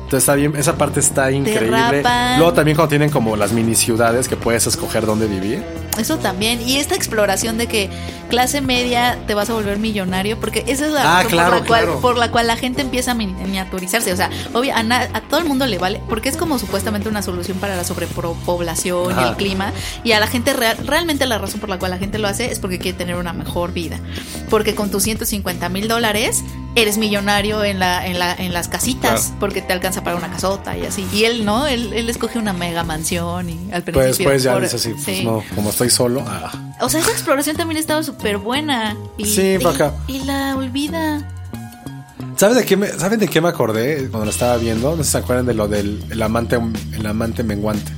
Speaker 4: Entonces está bien, esa parte está increíble.
Speaker 5: rapan.
Speaker 4: Luego también cuando tienen como las mini ciudades que puedes escoger dónde vivir.
Speaker 5: Eso también. Y esta exploración de que clase media te vas a volver millonario, porque esa es la
Speaker 4: Ah,
Speaker 5: razón
Speaker 4: claro,
Speaker 5: por, la cual,
Speaker 4: claro.
Speaker 5: por la cual la gente empieza a mini- miniaturizarse. O sea, obvio, a, na- a todo el mundo le vale, porque es como supuestamente una solución para la sobrepoblación y
Speaker 4: Ajá.
Speaker 5: el clima. Y a la gente, real- realmente la razón por la cual la gente lo hace es porque quiere tener una mejor vida. Porque con tus 150 mil dólares eres millonario en, la, en, la, en las casitas, porque te alcanza para una casota y así. Y él no, él, él escoge una mega mansión y al principio.
Speaker 4: Pues, pues ya
Speaker 5: por-
Speaker 4: dices así, pues
Speaker 5: sí.
Speaker 4: no, como estoy solo. ah.
Speaker 5: O sea, esa exploración también estaba súper buena. Y,
Speaker 4: Sí,
Speaker 5: y-
Speaker 4: vaca.
Speaker 5: Y la olvida.
Speaker 4: ¿Sabes de qué me, ¿saben de qué me acordé cuando la estaba viendo? No sé si se acuerdan de lo del el amante, el amante menguante.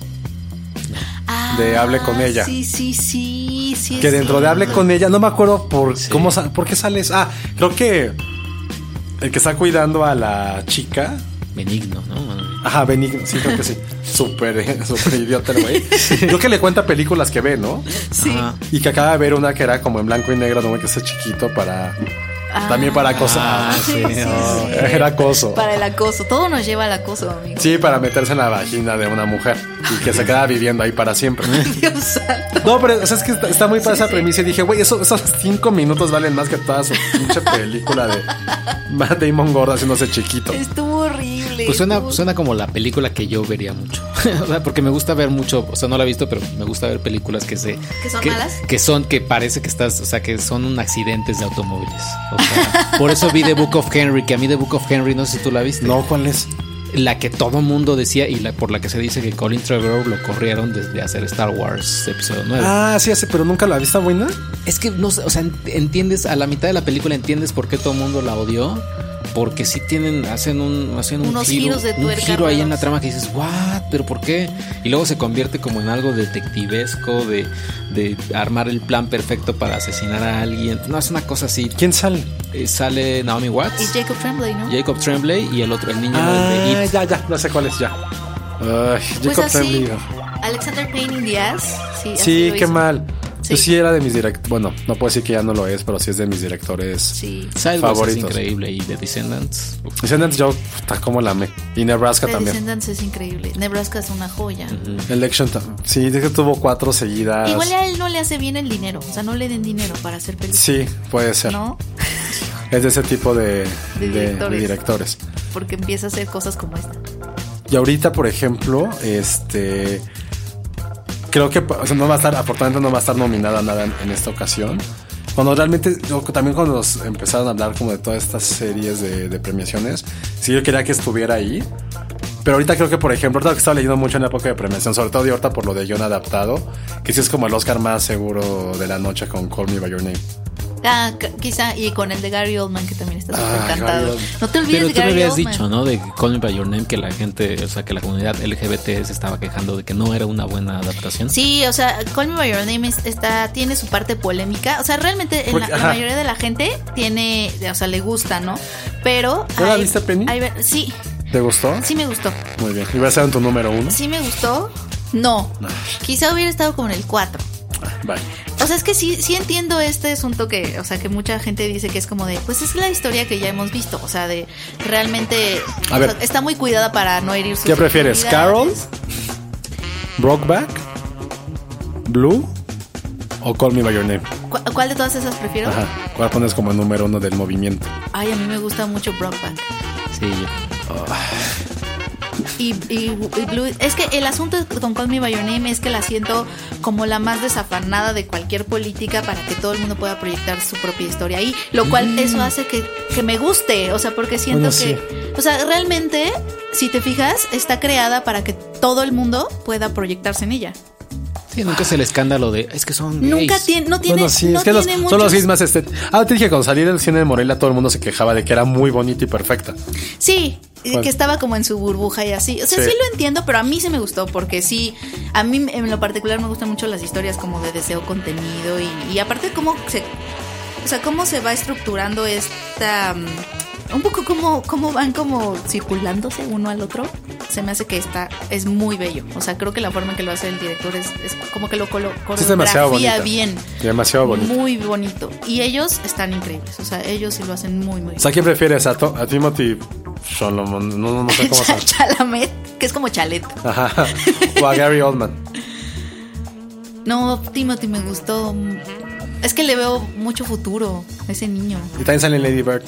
Speaker 5: Ah,
Speaker 4: De Hable con ella.
Speaker 5: Sí, sí, sí. sí
Speaker 4: Que
Speaker 5: es
Speaker 4: dentro de
Speaker 5: cierto.
Speaker 4: hable con ella, no me acuerdo por cómo sa- por qué sales. Ah, creo que el que está cuidando a la chica.
Speaker 6: Benigno, ¿no? Bueno,
Speaker 4: Ajá, Benigno, sí, creo que sí. Súper, eh, súper idiota el güey. Creo que le cuenta películas que ve, ¿no?
Speaker 5: Sí.
Speaker 6: ajá.
Speaker 4: Y que acaba de ver una que era como en blanco y negro, no que es chiquito para.
Speaker 5: Ah.
Speaker 4: También para acosar.
Speaker 6: Ah, sí,
Speaker 4: no, era acoso.
Speaker 5: Para el acoso. Todo nos lleva al acoso, amigo.
Speaker 4: Sí, para meterse en la vagina de una mujer y que se queda viviendo ahí para siempre.
Speaker 5: Dios santo.
Speaker 4: No, pero o sea, es que está, está muy para esa premisa. Y dije, güey, eso- esos cinco minutos valen más que toda su pinche película de Matt Damon Gordo haciéndose chiquito.
Speaker 5: Estuvo horrible.
Speaker 6: Pues suena,
Speaker 5: estuvo-
Speaker 6: suena como la película que yo vería mucho. o sea, porque me gusta ver mucho, o sea, no la he visto, pero me gusta ver películas que se.
Speaker 5: ¿Que son malas?
Speaker 6: Que son, que parece que estás, o sea, que son un accidentes de automóviles. O sea, por eso vi The Book of Henry, que a mí The Book of Henry, no sé si tú la viste.
Speaker 4: No, ¿cuál es?
Speaker 6: La que todo mundo decía y la por la que se dice que Colin Trevorrow lo corrieron desde hacer Star Wars episodio 9.
Speaker 4: Ah, sí, hace, pero nunca la vista buena.
Speaker 6: Es que no sé, o sea, ent- entiendes, a la mitad de la película entiendes por qué todo el mundo la odió. Porque sí tienen, hacen un, hacen un
Speaker 5: Unos
Speaker 6: giro,
Speaker 5: giros de
Speaker 6: un
Speaker 5: tuerca
Speaker 6: giro ahí en la
Speaker 5: raros.
Speaker 6: trama que dices, ¿what? ¿Pero por qué? Y luego se convierte como en algo detectivesco de, de armar el plan perfecto para asesinar a alguien. No, es una cosa así.
Speaker 4: ¿Quién sale?
Speaker 6: Eh, sale Naomi
Speaker 5: Y
Speaker 6: Watts,
Speaker 5: Jacob Tremblay, ¿no?
Speaker 6: Jacob Tremblay y el otro, el niño el de
Speaker 4: Ah,
Speaker 6: It.
Speaker 4: ya, ya, no sé cuál es ya. Ay,
Speaker 5: pues
Speaker 4: Jacob
Speaker 5: así.
Speaker 4: Tremblay.
Speaker 5: Alexander Payne Díaz. Sí, así
Speaker 4: Sí,
Speaker 5: lo
Speaker 4: qué
Speaker 5: hizo.
Speaker 4: mal.
Speaker 5: Sí.
Speaker 4: Yo sí era de mis directores. Bueno, no puedo decir que ya no lo es, pero sí es de mis directores.
Speaker 5: Sí.
Speaker 6: Sideways es
Speaker 4: Favoritos.
Speaker 6: increíble y The Descendants. uf.
Speaker 4: Descendants, yo, puta, cómo la amé. Y Nebraska
Speaker 5: The
Speaker 4: también.
Speaker 5: Descendants es increíble. Nebraska es una joya.
Speaker 4: Election también. Sí, dije que tuvo cuatro seguidas.
Speaker 5: Igual a él no le hace bien el dinero. O sea, no le den dinero para hacer películas.
Speaker 4: Sí, puede ser.
Speaker 5: ¿No?
Speaker 4: Es de ese tipo de,
Speaker 5: De
Speaker 4: de- de directores.
Speaker 5: directores. Porque empieza a hacer cosas como esta.
Speaker 4: Y ahorita, por ejemplo, este. Creo que o sea, no va a estar, afortunadamente no va a estar nominada a nada en, en esta ocasión. Cuando realmente, yo también cuando nos empezaron a hablar como de todas estas series de, de premiaciones, sí yo quería que estuviera ahí. Pero ahorita creo que, por ejemplo, ahorita lo que estaba leyendo mucho en la época de premiación, sobre todo de ahorita por lo de John Adaptado, que sí es como el Oscar más seguro de la noche con Call Me By Your Name.
Speaker 5: Ah, c- quizá, y con el de Gary Oldman, que también está súper
Speaker 4: Ah, Gary
Speaker 5: encantado.
Speaker 4: Oldman.
Speaker 5: No te olvides
Speaker 6: Pero
Speaker 5: de
Speaker 6: tú me
Speaker 5: Gary
Speaker 6: habías
Speaker 5: Oldman.
Speaker 6: dicho, ¿no? De Call Me By Your Name, que la gente, o sea, que la comunidad LGBT se estaba quejando de que no era una buena adaptación.
Speaker 5: Sí, o sea, Call Me By Your Name es- está, tiene su parte polémica. O sea, realmente en la,
Speaker 4: Porque-
Speaker 5: la
Speaker 4: ajá.
Speaker 5: mayoría de la gente tiene, o sea, le gusta, ¿no? Pero.
Speaker 4: ¿No la
Speaker 5: hay-
Speaker 4: viste, Penny?
Speaker 5: hay ver- sí,
Speaker 4: ¿Te gustó?
Speaker 5: sí me gustó.
Speaker 4: Muy bien. ¿Y va a ser en tu número uno?
Speaker 5: Sí me gustó. No. Quizá hubiera estado con el 4.
Speaker 4: Vale.
Speaker 5: O sea, es que sí, sí entiendo este asunto que, o sea, que mucha gente dice que es como de, pues es la historia que ya hemos visto, o sea, de realmente
Speaker 4: A
Speaker 5: o
Speaker 4: ver.
Speaker 5: sea, está muy cuidada para no herir sus
Speaker 4: ¿Qué prefieres? ¿Carol?
Speaker 5: sensibilidades.
Speaker 4: ¿Brockback? ¿Blue? ¿O Call Me By Your Name?
Speaker 5: ¿Cu- ¿Cuál de todas esas prefiero?
Speaker 4: Ajá. ¿Cuál pones como número uno del movimiento?
Speaker 5: Ay, a mí me gusta mucho Brockback.
Speaker 6: Sí, yo-
Speaker 5: Y, y- y Blue- es que el asunto con Call Me By Your Name es que la siento como la más desafanada de cualquier política para que todo el mundo pueda proyectar su propia historia ahí, lo cual eso hace que, que me guste, o sea, porque siento
Speaker 4: Mm. Bueno,
Speaker 5: que,
Speaker 4: sí.
Speaker 5: o sea, realmente, si te fijas, está creada para que todo el mundo pueda proyectarse en ella.
Speaker 6: Sí, nunca es el escándalo de, es que son gays".
Speaker 5: Nunca tiene, no tiene,
Speaker 4: bueno, sí,
Speaker 5: no
Speaker 4: es que los,
Speaker 5: tiene
Speaker 4: son los
Speaker 5: muchos-
Speaker 4: gays más estéticos. Ah, te dije, cuando salí del cine de Morelia, todo el mundo se quejaba de que era muy bonita y perfecta.
Speaker 5: Sí, eh,
Speaker 4: ¿Cuál?
Speaker 5: que estaba como en su burbuja y así. O sea, sí.
Speaker 4: Sí.
Speaker 5: lo entiendo, pero a mí se me gustó porque sí, a mí en lo particular me gustan mucho las historias como de deseo contenido y, y aparte cómo se, o sea, cómo se va estructurando esta, mm, un poco cómo, cómo van como circulándose uno al otro. se me hace que está, es muy bello. O sea, creo que la forma en que lo hace el director es, es como que lo colo-
Speaker 4: Sí, es demasiado
Speaker 5: coreografía
Speaker 4: bonita.
Speaker 5: bien.
Speaker 4: Demasiado bonito.
Speaker 5: Muy bonito. Y ellos están increíbles. O sea, ellos sí lo hacen muy, muy
Speaker 4: O
Speaker 5: bien.
Speaker 4: sea, ¿quién prefieres? ¿A, To- a Timothy Solomon? No, no, no sé cómo se llama.
Speaker 5: Chalamet, que es como chalet.
Speaker 4: Ajá. O a Gary Oldman.
Speaker 5: No, Timothy me gustó. Es que le veo mucho futuro a ese niño.
Speaker 4: Y también sale en Lady Bird.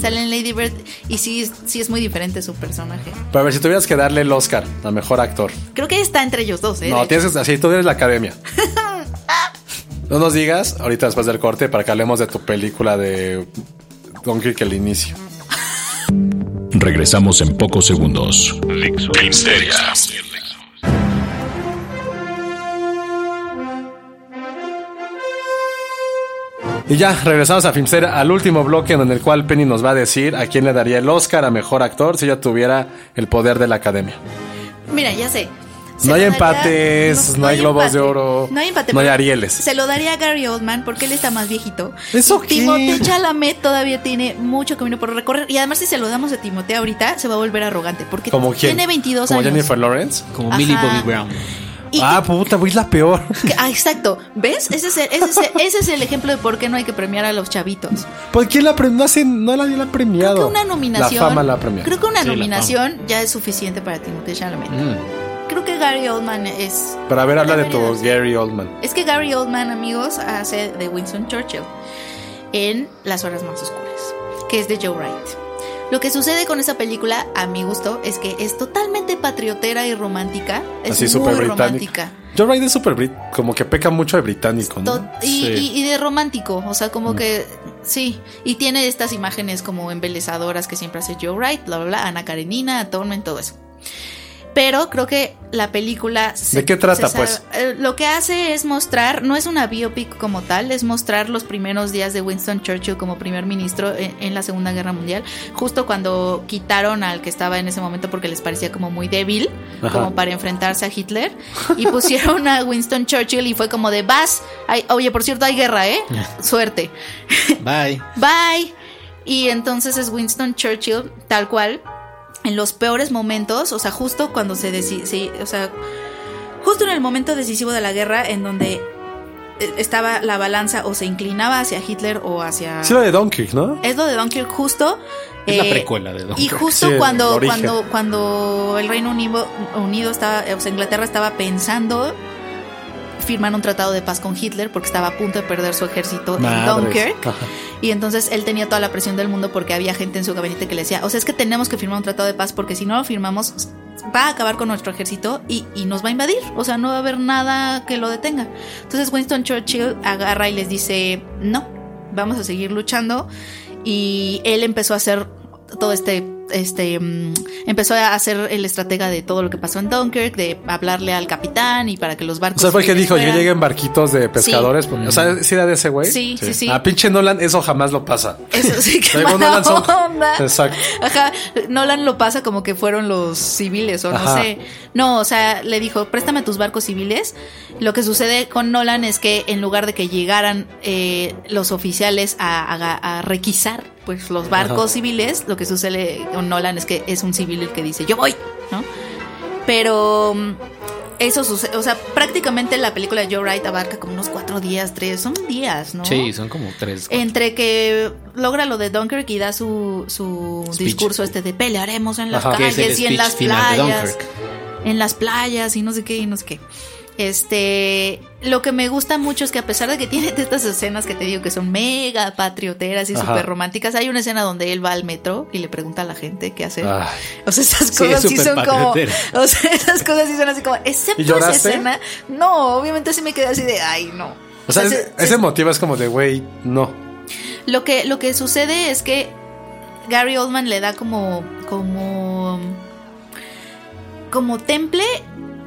Speaker 5: Sale en Lady Bird y sí, es- sí es muy diferente su personaje.
Speaker 4: Pero a ver, si tuvieras que darle el Oscar a mejor actor.
Speaker 5: Creo que está entre ellos dos, ¿eh?
Speaker 4: No, tienes que. Así tú eres la academia. No nos digas ahorita después del corte para que hablemos de tu película de Dunkirk el inicio.
Speaker 2: Regresamos en pocos segundos. Filmsteria.
Speaker 4: Y ya, regresamos a Filmster al último bloque en el cual Penny nos va a decir a quién le daría el Oscar a mejor actor si ella tuviera el poder de la academia.
Speaker 5: Mira, ya sé.
Speaker 4: No hay
Speaker 5: lo daría-
Speaker 4: empates, no hay globos de oro,
Speaker 5: No hay empate.
Speaker 4: no hay
Speaker 5: pero
Speaker 4: arieles.
Speaker 5: Se lo daría a Gary Oldman porque él está más viejito.
Speaker 4: ¿Eso
Speaker 5: Y
Speaker 4: qué?
Speaker 5: Timothée Chalamet todavía tiene mucho camino por recorrer. Y además, si se lo damos a Timothée ahorita, se va a volver arrogante porque
Speaker 4: ¿Como quién?
Speaker 5: tiene 22
Speaker 4: ¿Como
Speaker 5: años.
Speaker 4: Jennifer Lawrence?
Speaker 6: Como
Speaker 5: Ajá.
Speaker 6: Millie Bobby Brown.
Speaker 5: Y-
Speaker 4: Ah, puta, voy la peor.
Speaker 5: que- ah, exacto. ¿Ves? Ese es, el, ese, es el- ese es el ejemplo de por qué no hay que premiar a los chavitos.
Speaker 4: ¿Por qué la pre- no, hace- no la, la ha premiado?
Speaker 5: Creo que una nominación.
Speaker 4: La fama la ha premiado.
Speaker 5: Creo que una
Speaker 6: Sí, la
Speaker 5: nominación ya es suficiente para Timothée Chalamet.
Speaker 4: Mm.
Speaker 5: Creo que Gary Oldman es
Speaker 4: Pero a ver, habla de tu
Speaker 5: Deberías.
Speaker 4: Gary Oldman.
Speaker 5: Es que Gary Oldman, amigos, hace de Winston Churchill en Las Horas Más Oscuras, que es de Joe Wright. Lo que sucede con esa película, a mi gusto, es que es totalmente patriotera y romántica. Es
Speaker 4: Así
Speaker 5: muy
Speaker 4: súper británica.
Speaker 5: romántica.
Speaker 4: Joe Wright es súper brit- como que peca mucho de británico, ¿no?
Speaker 5: To- y, y- y de romántico, o sea, como que sí. Y tiene estas imágenes como embelezadoras que siempre hace Joe Wright, bla, bla, bla, Ana Karenina, Atonement, todo eso. Pero creo que la película.
Speaker 4: ¿De qué trata,
Speaker 5: sabe-
Speaker 4: pues?
Speaker 5: eh, Lo que hace es mostrar, no es una biopic como tal, es mostrar los primeros días de Winston Churchill como primer ministro en, en la Segunda Guerra Mundial, justo cuando quitaron al que estaba en ese momento porque les parecía como muy débil,
Speaker 4: Ajá.
Speaker 5: como para enfrentarse a Hitler, y pusieron a Winston Churchill y fue como de vas, hay- oye, por cierto, hay guerra, ¿eh? Suerte
Speaker 6: Bye.
Speaker 5: bye. Y entonces es Winston Churchill, tal cual, en los peores momentos, o sea, justo cuando se decide, o sea, justo en el momento decisivo de la guerra, en donde eh, estaba la balanza o se inclinaba hacia Hitler o hacia...
Speaker 4: Sí, lo de Dunkirk, ¿no?
Speaker 5: Es lo de Dunkirk justo. eh,
Speaker 6: Es la precuela de Dunkirk.
Speaker 5: Y justo
Speaker 4: Sí, el
Speaker 5: cuando,
Speaker 4: origen.
Speaker 5: cuando, cuando el Reino Unido, Unido estaba, o sea, Inglaterra estaba pensando firmar un tratado de paz con Hitler porque estaba a punto de perder su ejército
Speaker 4: Madres.
Speaker 5: en Eh, Dunkirk.
Speaker 4: Ajá.
Speaker 5: Y entonces él tenía toda la presión del mundo porque había gente en su gabinete que le decía, o sea, es que tenemos que firmar un tratado de paz porque si no lo firmamos va a acabar con nuestro ejército y, y nos va a invadir. O sea, no va a haber nada que lo detenga. Entonces Winston Churchill agarra y les dice, no, vamos a seguir luchando. Y él empezó a hacer todo este, este, mm, empezó a hacer el estratega de todo lo que pasó en Dunkirk, de hablarle al capitán y para que los
Speaker 4: O
Speaker 5: barcos...
Speaker 4: sea, fue el que dijo, yo
Speaker 5: Pues fueran".
Speaker 4: llegué en barquitos de pescadores. pues, O sea, ¿sí era de ese güey?
Speaker 5: Sí, sí, sí.
Speaker 4: A pinche Nolan, eso jamás lo pasa.
Speaker 5: Eso sí que
Speaker 4: Según
Speaker 5: mala
Speaker 4: Nolan son-
Speaker 5: onda.
Speaker 4: Exacto.
Speaker 5: Ajá, Nolan lo pasa como que fueron los civiles o no
Speaker 4: Ajá.
Speaker 5: sé. No, o sea, le dijo, préstame tus barcos civiles. Lo que sucede con Nolan es que en lugar de que llegaran eh, los oficiales a, a- a requisar pues los barcos civiles, lo que sucede con Nolan es que es un civil el que dice, yo voy, ¿no? Pero... mm, Eso sucede, o sea, prácticamente la película de Joe Wright abarca como unos cuatro días, tres, son días, ¿no?
Speaker 6: Sí, son como tres. cuatro.
Speaker 5: Entre que logra lo de Dunkirk y da su, su
Speaker 6: Speech.
Speaker 5: discurso este de pelearemos en las
Speaker 4: Ajá.
Speaker 6: Que es el
Speaker 5: calles y en
Speaker 6: speech
Speaker 5: las
Speaker 6: final de
Speaker 5: playas.
Speaker 6: Dunkirk.
Speaker 5: En las playas y no sé qué y no sé qué. Este, lo que me gusta mucho es que a pesar de que tiene estas escenas que te digo que son mega patrioteras y
Speaker 4: Ajá.
Speaker 5: súper románticas, hay una escena donde él va al metro y le pregunta a la gente qué hacer.
Speaker 4: Ay.
Speaker 5: O sea, esas
Speaker 6: Ah. Sí,
Speaker 5: cosas
Speaker 6: es
Speaker 5: sí,
Speaker 6: súper
Speaker 5: son como.
Speaker 6: patriotera.
Speaker 5: O sea, esas cosas sí son así como. Excepto
Speaker 4: ¿Y lloraste?
Speaker 5: esa escena. No, obviamente sí me quedé así de, ay, no.
Speaker 4: O sea,
Speaker 5: O sea,
Speaker 4: es-
Speaker 5: sí- sí
Speaker 4: ese motivo es como de, güey, no.
Speaker 5: Lo que, lo que sucede es que Gary Oldman le da como. como. como temple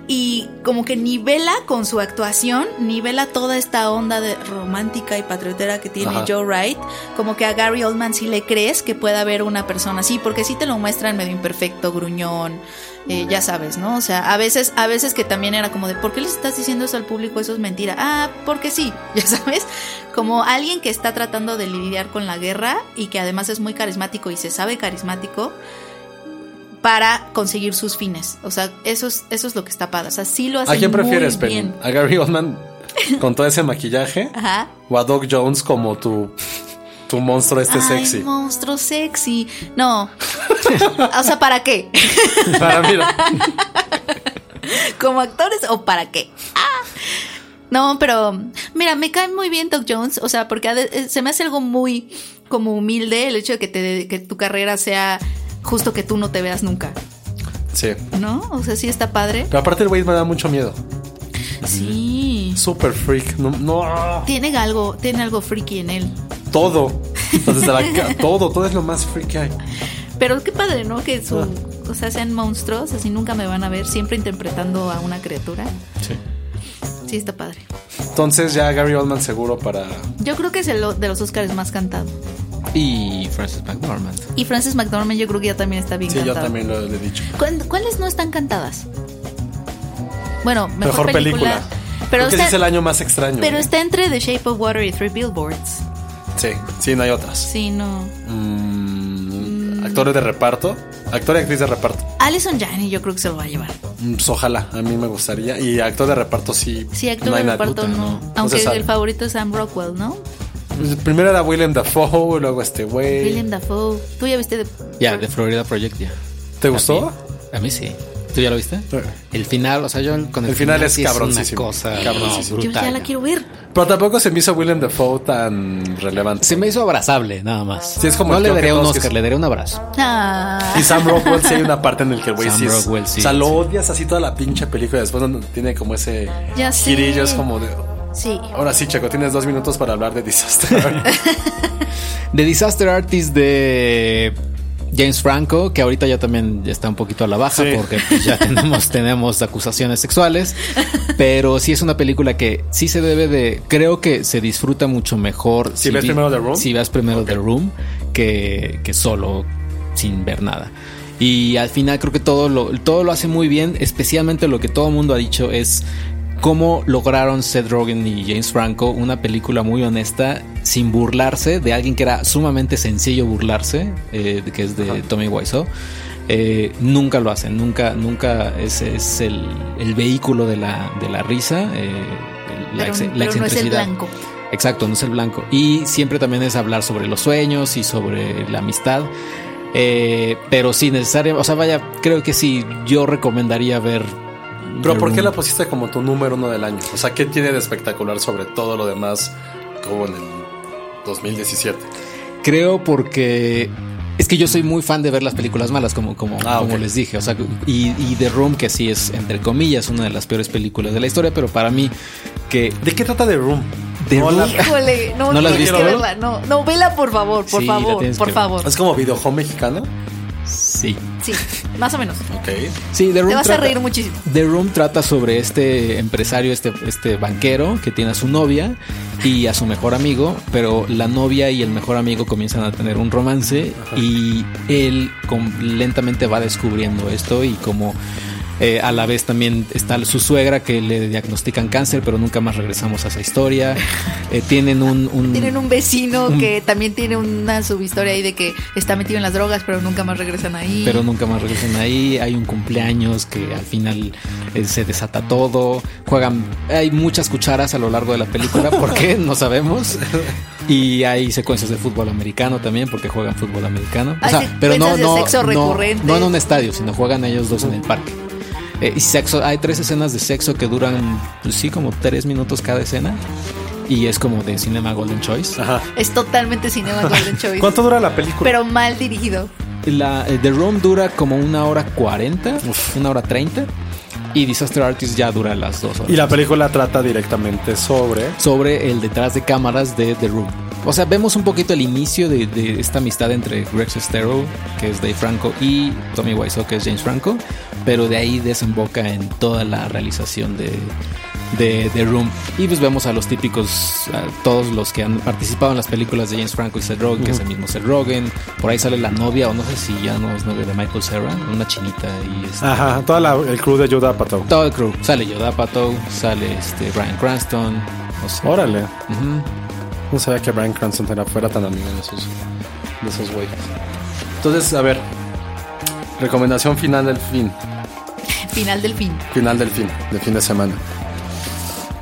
Speaker 5: y como que nivela con su actuación, nivela toda esta onda de romántica y patriotera que tiene
Speaker 4: Ajá.
Speaker 5: Joe Wright, como que a Gary Oldman si le crees que pueda haber una persona así, porque sí te lo muestran medio imperfecto, gruñón, eh, ya sabes, ¿no? O sea, a veces, a veces que también era como de, ¿por qué les estás diciendo eso al público? Eso es mentira. Ah, porque sí, ya sabes, como alguien que está tratando de lidiar con la guerra y que además es muy carismático y se sabe carismático, para conseguir sus fines. O sea, eso es, eso es lo que está padre. O sea, sí lo hacen
Speaker 4: ¿A quién prefieres,
Speaker 5: muy
Speaker 4: Penny?
Speaker 5: bien.
Speaker 4: ¿A Gary Oldman con todo ese maquillaje?
Speaker 5: Ajá.
Speaker 4: ¿O a Doc Jones como tu, tu monstruo este
Speaker 5: Ay,
Speaker 4: sexy?
Speaker 5: monstruo sexy. No. o sea, ¿para qué?
Speaker 4: Para mí, no.
Speaker 5: ¿Como actores o para qué? Ah. No, pero mira, me cae muy bien Doc Jones, o sea, porque ha de- eh, se me hace algo muy como humilde el hecho de que, te, que tu carrera sea justo que tú no te veas nunca,
Speaker 4: Sí.
Speaker 5: ¿no? O sea, sí está padre.
Speaker 4: Pero aparte el güey me da mucho miedo.
Speaker 5: Sí.
Speaker 4: Super freak. No, no.
Speaker 5: Tiene algo, tiene algo freaky en él.
Speaker 4: Todo. Entonces, la ca- todo, todo es lo más freak que hay.
Speaker 5: Pero qué padre, ¿no? Que su, o sea, sean monstruos, así nunca me van a ver, siempre interpretando a una criatura.
Speaker 4: Sí.
Speaker 5: Sí, está padre.
Speaker 4: Entonces ya Gary Oldman seguro para...
Speaker 5: Yo creo que es el o- de los Oscars más cantado.
Speaker 6: Y Francis McDormand.
Speaker 5: Y Frances McDormand yo creo que ya también está bien
Speaker 4: Sí, yo
Speaker 5: cantada.
Speaker 4: también lo he dicho.
Speaker 5: ¿Cuán- ¿Cuáles no están cantadas? Bueno, mejor,
Speaker 4: Mejor película.
Speaker 5: película. Pero,
Speaker 4: Porque ese
Speaker 5: está,
Speaker 4: es el año más extraño.
Speaker 5: pero
Speaker 4: ¿no?
Speaker 6: ¿eh?
Speaker 5: está entre The Shape of Water y Three Billboards.
Speaker 4: Sí, sí, no hay otras.
Speaker 5: Sí, no.
Speaker 4: Mm, Actores de reparto. Actor y actriz de reparto.
Speaker 5: Alison Janney yo creo que se lo va a llevar.
Speaker 4: Mm, Pues ojalá, a mí me gustaría. Y actor de reparto sí.
Speaker 5: Sí, actor
Speaker 4: no hay
Speaker 5: de
Speaker 4: nadie.
Speaker 5: reparto
Speaker 4: Puta,
Speaker 5: no.
Speaker 4: se
Speaker 5: Aunque
Speaker 4: sabe.
Speaker 5: el favorito es Sam Rockwell, ¿no?
Speaker 4: pues, Primero era William Dafoe, luego este güey.
Speaker 5: William Dafoe. ¿Tú ya viste de...
Speaker 6: Ya, de Florida Project, ya.
Speaker 4: ¿Te gustó?
Speaker 6: A mí sí. ¿Tú ya lo viste?
Speaker 4: Sí.
Speaker 6: El final, o sea, yo con el,
Speaker 4: El final es
Speaker 6: sí una
Speaker 4: cabroncísimo.
Speaker 6: cosa
Speaker 4: Cabroncísimo.
Speaker 6: no,
Speaker 5: Yo ya
Speaker 6: brutal.
Speaker 5: la quiero ver.
Speaker 4: Pero tampoco se me hizo William Dafoe tan relevante.
Speaker 6: Se me hizo abrazable, nada más.
Speaker 4: Sí, es como
Speaker 6: no
Speaker 4: el
Speaker 6: le
Speaker 4: tío que
Speaker 6: daría un
Speaker 4: todos que
Speaker 6: Oscar,
Speaker 4: es-
Speaker 6: le daría un abrazo.
Speaker 5: Ah.
Speaker 4: Y Sam Rockwell sí hay una parte en el que el güey
Speaker 6: Sam
Speaker 4: sí, es-
Speaker 6: Rockwell, sí,
Speaker 4: O sea, lo
Speaker 6: sí.
Speaker 4: odias así toda la pinche película y después no- tiene como ese
Speaker 5: Ya sé.
Speaker 4: girillo, es como de.
Speaker 5: Sí.
Speaker 4: Ahora sí, Chaco, tienes dos minutos para hablar de Disaster.
Speaker 6: The Disaster Artist de James Franco, que ahorita ya también está un poquito a la baja
Speaker 4: Sí.
Speaker 6: porque pues, ya tenemos, tenemos acusaciones sexuales, pero sí es una película que sí se debe de, creo que se disfruta mucho mejor
Speaker 4: Si ves primero The Room.
Speaker 6: Si ves primero The Room que, que solo sin ver nada. Y al final creo que todo lo, todo lo hace muy bien, especialmente lo que todo el mundo ha dicho es cómo lograron Seth Rogen y James Franco una película muy honesta sin burlarse de alguien que era sumamente sencillo burlarse, eh, que es de Tommy Wiseau. Eh, nunca lo hacen, nunca, nunca es, es el, el vehículo de la, de la risa, eh, el- la,
Speaker 5: Pero,
Speaker 6: ex- la
Speaker 5: pero no es el
Speaker 6: excentricidad.
Speaker 5: blanco.
Speaker 6: Exacto, no es el blanco. Y siempre también es hablar sobre los sueños y sobre la amistad. Eh, pero sí, necesaria. O sea, vaya, creo que sí, yo recomendaría ver.
Speaker 4: Pero
Speaker 6: The
Speaker 4: ¿por qué
Speaker 6: Room.
Speaker 4: la pusiste como tu número uno del año? O sea, ¿qué tiene de espectacular sobre todo lo demás que hubo en el 2017?
Speaker 6: Creo porque. Es que yo soy muy fan de ver las películas malas, como, como,
Speaker 4: Ah,
Speaker 6: como
Speaker 4: ok.
Speaker 6: les dije. O sea, y, y The Room, que sí es, entre comillas, una de las peores películas de la historia, pero para mí, que
Speaker 4: ¿De qué trata The Room?
Speaker 6: The
Speaker 4: No, la-
Speaker 6: Room-
Speaker 5: Híjole, no,
Speaker 6: ¿No la has
Speaker 5: tienes
Speaker 6: visto,
Speaker 5: que
Speaker 6: no?
Speaker 5: verla. No, no, vela por favor, por
Speaker 6: Sí, la
Speaker 5: favor,
Speaker 6: tienes
Speaker 5: por
Speaker 6: que ver.
Speaker 5: favor.
Speaker 4: Es como videojuego mexicano.
Speaker 6: Sí.
Speaker 5: Sí, más o menos.
Speaker 4: Ok.
Speaker 5: Pues
Speaker 6: Sí, The Room
Speaker 5: Te vas a
Speaker 6: trata-
Speaker 5: reír muchísimo.
Speaker 6: The Room trata sobre este empresario, este, este banquero que tiene a su novia y a su mejor amigo, pero la novia y el mejor amigo comienzan a tener un romance y él com- lentamente va descubriendo esto y como eh, a la vez también está su suegra que le diagnostican cáncer, pero nunca más regresamos a esa historia. Eh, tienen un, un-
Speaker 5: Tienen un vecino que también tiene una subhistoria ahí de que está metido en las drogas, pero nunca más regresan ahí.
Speaker 6: pero nunca más regresan ahí. Hay un cumpleaños que al final eh, se desata todo. Juegan, hay muchas cucharas a lo largo de la película, ¿por qué? No sabemos. Y hay secuencias de fútbol americano también, porque juegan fútbol americano. O
Speaker 5: Hay
Speaker 6: sea, pero no,
Speaker 5: Ah, secuencias de
Speaker 6: no,
Speaker 5: sexo
Speaker 6: no,
Speaker 5: recurrentes.
Speaker 6: no en un estadio, sino juegan ellos dos en el parque. Eh, y sexo, hay tres escenas de sexo que duran, pues, sí, como tres minutos cada escena. Y es como de cinema Golden Choice.
Speaker 5: Es totalmente cinema Golden Choice.
Speaker 4: ¿Cuánto dura la película?
Speaker 5: Pero mal dirigido.
Speaker 6: La, eh, The Room dura como una hora cuarenta, una hora treinta. Y Disaster Artist ya dura las dos horas.
Speaker 4: y la película trata directamente sobre...
Speaker 6: sobre el detrás de cámaras de The Room. O sea, vemos un poquito el inicio de, de esta amistad entre Greg Sestero, que es Dave Franco, y Tommy Wiseau, que es James Franco. Pero de ahí desemboca en toda la realización de, de The Room. Y pues vemos a los típicos, a todos los que han participado en las películas de James Franco y Seth Rogen, que es el mismo Seth Rogen. Por ahí sale la novia, o no sé si ya no es novia de Michael Cera, una chinita y este,
Speaker 4: Ajá, todo el crew de Yoda Pato.
Speaker 6: todo el crew. Sale Yoda Pato, sale este Brian Cranston. no sé.
Speaker 4: Órale.
Speaker 6: Ujú.
Speaker 4: No sabía que Brian Cranston era fuera tan amigo de esos, de esos güeyes. Entonces, a ver. Recomendación final del fin.
Speaker 5: Final del fin.
Speaker 4: Final del fin, del fin de semana.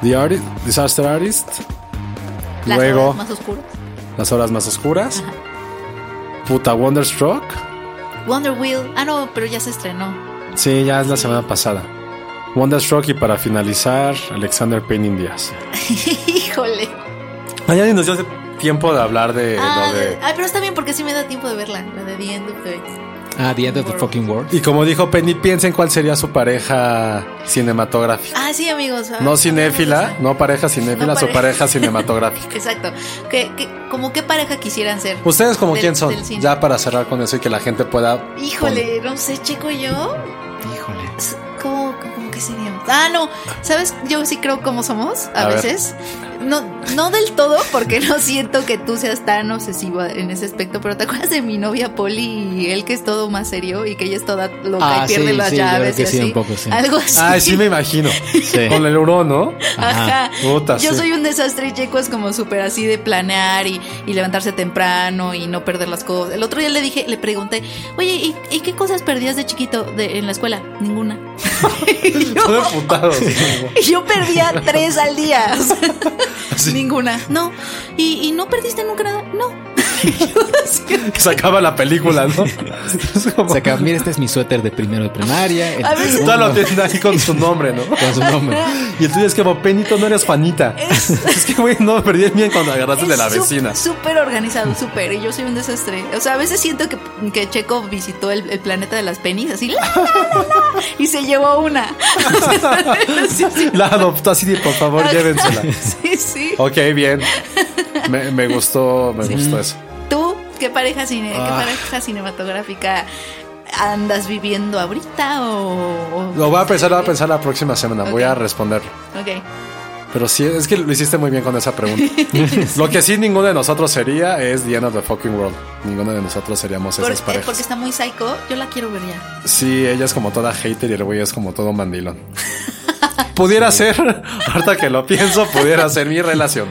Speaker 4: The Artist, Disaster Artist,
Speaker 5: Las
Speaker 4: Luego-
Speaker 5: horas más oscuras.
Speaker 4: Las Horas Más Oscuras, Puta Wonderstruck.
Speaker 5: Wonder Wheel. Ah, no, pero ya se estrenó.
Speaker 4: Sí, ya es la semana pasada. Wonderstruck y para finalizar, Alexander Payne Díaz.
Speaker 5: Híjole.
Speaker 4: Eh, Allá ni nos dio tiempo de hablar de
Speaker 5: Ah,
Speaker 4: lo de.
Speaker 5: ay, pero está bien porque sí me da tiempo de verla. La de The End of the
Speaker 6: Ah, The End of the Fucking World.
Speaker 4: Y como dijo Penny, piensen cuál sería su pareja cinematográfica.
Speaker 5: Ah, sí, amigos. ah,
Speaker 4: No cinéfila, no pareja cinéfila,
Speaker 5: No
Speaker 4: su
Speaker 5: pare-
Speaker 4: pareja cinematográfica.
Speaker 5: Exacto. ¿Qué, qué, como qué pareja quisieran ser?
Speaker 4: ¿Ustedes como
Speaker 5: Del-
Speaker 4: quién son?
Speaker 5: del cine.
Speaker 4: Ya para cerrar con eso y que la gente pueda...
Speaker 5: Híjole, no sé, checo yo.
Speaker 6: Híjole.
Speaker 5: S- ¿Cómo, cómo que seríamos? Ah, no. ¿Sabes? Yo sí creo cómo somos a,
Speaker 4: A ver.
Speaker 5: veces. No, no del todo, porque no siento que tú seas tan obsesiva en ese aspecto, pero ¿te acuerdas de mi novia Poli y él que es todo más serio y que ella es toda loca
Speaker 6: Ah,
Speaker 5: y pierde
Speaker 6: sí,
Speaker 5: las
Speaker 6: sí, yo creo
Speaker 5: llaves
Speaker 6: que
Speaker 5: y
Speaker 6: sí,
Speaker 5: así?
Speaker 6: un poco, sí.
Speaker 5: Algo así.
Speaker 4: Ay, sí me imagino.
Speaker 6: Sí.
Speaker 4: Con el uro, ¿no?
Speaker 5: Ajá.
Speaker 6: Ajá.
Speaker 4: Puta,
Speaker 5: Yo
Speaker 4: sí.
Speaker 5: soy un desastre y Checo es como súper así de planear y, y levantarse temprano y no perder las cosas. El otro día le dije, le pregunté, oye, ¿y, y qué cosas perdías de chiquito de- en la escuela? Ninguna. Y yo-
Speaker 4: Todo emputado.
Speaker 5: y Yo perdía tres al día. o sea, Ninguna. No. ¿Y, y no perdiste nunca nada? No. Y yo así,
Speaker 4: Que se acaba la película, ¿no? Es como-
Speaker 6: O sea, que, mira, este es mi suéter de primero de primaria. el
Speaker 5: A ver,
Speaker 6: segundo,
Speaker 4: Toda la tienda ahí con su nombre, ¿no?
Speaker 6: con su nombre.
Speaker 4: Y el tuyo es como, Penito, no eres fanita. Es, que, güey, no perdí el bien cuando agarraste de
Speaker 5: es
Speaker 4: la
Speaker 5: sup-
Speaker 4: vecina.
Speaker 5: Súper organizado, súper. Y yo soy un desastre. O sea, a veces siento que, que Checo visitó el, el planeta de las penis, así, la, la, la, la, y se llevó una. sí, sí.
Speaker 4: La adoptó así de, por favor, llévensela.
Speaker 5: Sí, sí.
Speaker 4: Ok, bien. Me, me gustó, me gustó eso.
Speaker 5: ¿Tú qué pareja, cine, qué
Speaker 4: Ah.
Speaker 5: pareja cinematográfica andas viviendo ahorita? O, o-
Speaker 4: Lo voy a pensar, lo voy a pensar la próxima semana. Voy
Speaker 5: Ok.
Speaker 4: a responder.
Speaker 5: Ok.
Speaker 4: Pero sí, es que lo hiciste muy bien con esa pregunta. lo que sí ninguno de nosotros sería es The End of the Fucking World. Ninguno de nosotros seríamos
Speaker 5: Por-
Speaker 4: esas
Speaker 5: eh,
Speaker 4: parejas.
Speaker 5: porque está muy psycho, yo la quiero ver ya.
Speaker 4: Sí, ella es como toda hater y el güey es como todo mandilón. Pudiera ser, ahorita que lo pienso, pudiera ser mi relación.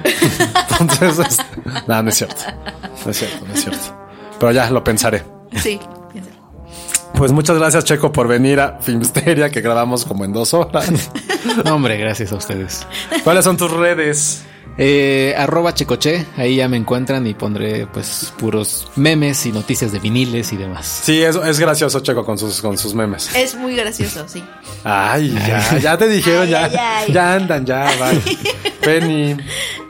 Speaker 4: Entonces, es- no, no es cierto. No es cierto, no es cierto. Pero ya lo pensaré.
Speaker 5: Sí, piénsalo.
Speaker 4: Pues muchas gracias, Checo, por venir a Filmsteria, que grabamos como en dos horas.
Speaker 6: No, hombre, gracias a ustedes.
Speaker 4: ¿Cuáles son tus redes?
Speaker 6: Eh, arroba Checoche, ahí ya me encuentran y pondré pues puros memes y noticias de viniles y demás.
Speaker 4: Sí, es, es gracioso, Checo, con sus, con sus memes.
Speaker 5: Es muy gracioso, sí.
Speaker 4: Ay, ya, ya te dijeron,
Speaker 5: Ay,
Speaker 4: ya,
Speaker 5: ay, ay.
Speaker 4: ya andan, ya, vale. Penny,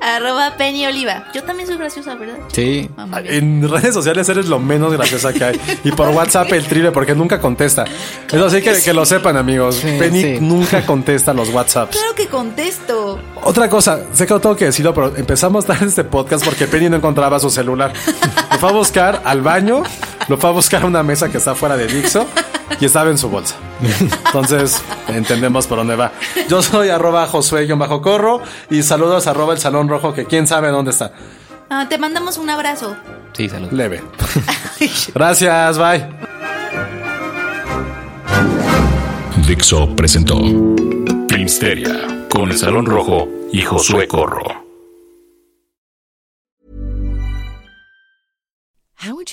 Speaker 5: Arroba Penny Oliva. Yo también soy graciosa, ¿verdad?
Speaker 6: Sí.
Speaker 5: Ah, muy bien.
Speaker 4: en redes sociales eres lo menos graciosa que hay. Y por WhatsApp el triple, porque nunca contesta. Eso así que, que lo sepan, amigos.
Speaker 6: Sí,
Speaker 4: Penny
Speaker 6: sí.
Speaker 4: nunca contesta los WhatsApps.
Speaker 5: Claro que contesto.
Speaker 4: Otra cosa, sé que lo tengo que decirlo, pero empezamos tarde este podcast porque Penny no encontraba su celular. Lo fue a buscar al baño, lo fue a buscar a una mesa que está fuera de Dixo y estaba en su bolsa. Entonces, entendemos por dónde va. Yo soy arroba Josué-corro y saludos arroba el salón rojo que quién sabe dónde está.
Speaker 5: Ah, te mandamos un abrazo.
Speaker 6: Sí, saludos.
Speaker 4: Leve. Gracias, bye.
Speaker 2: Dixo presentó Filmsteria con el Salón Rojo y Josué Corro.
Speaker 7: How would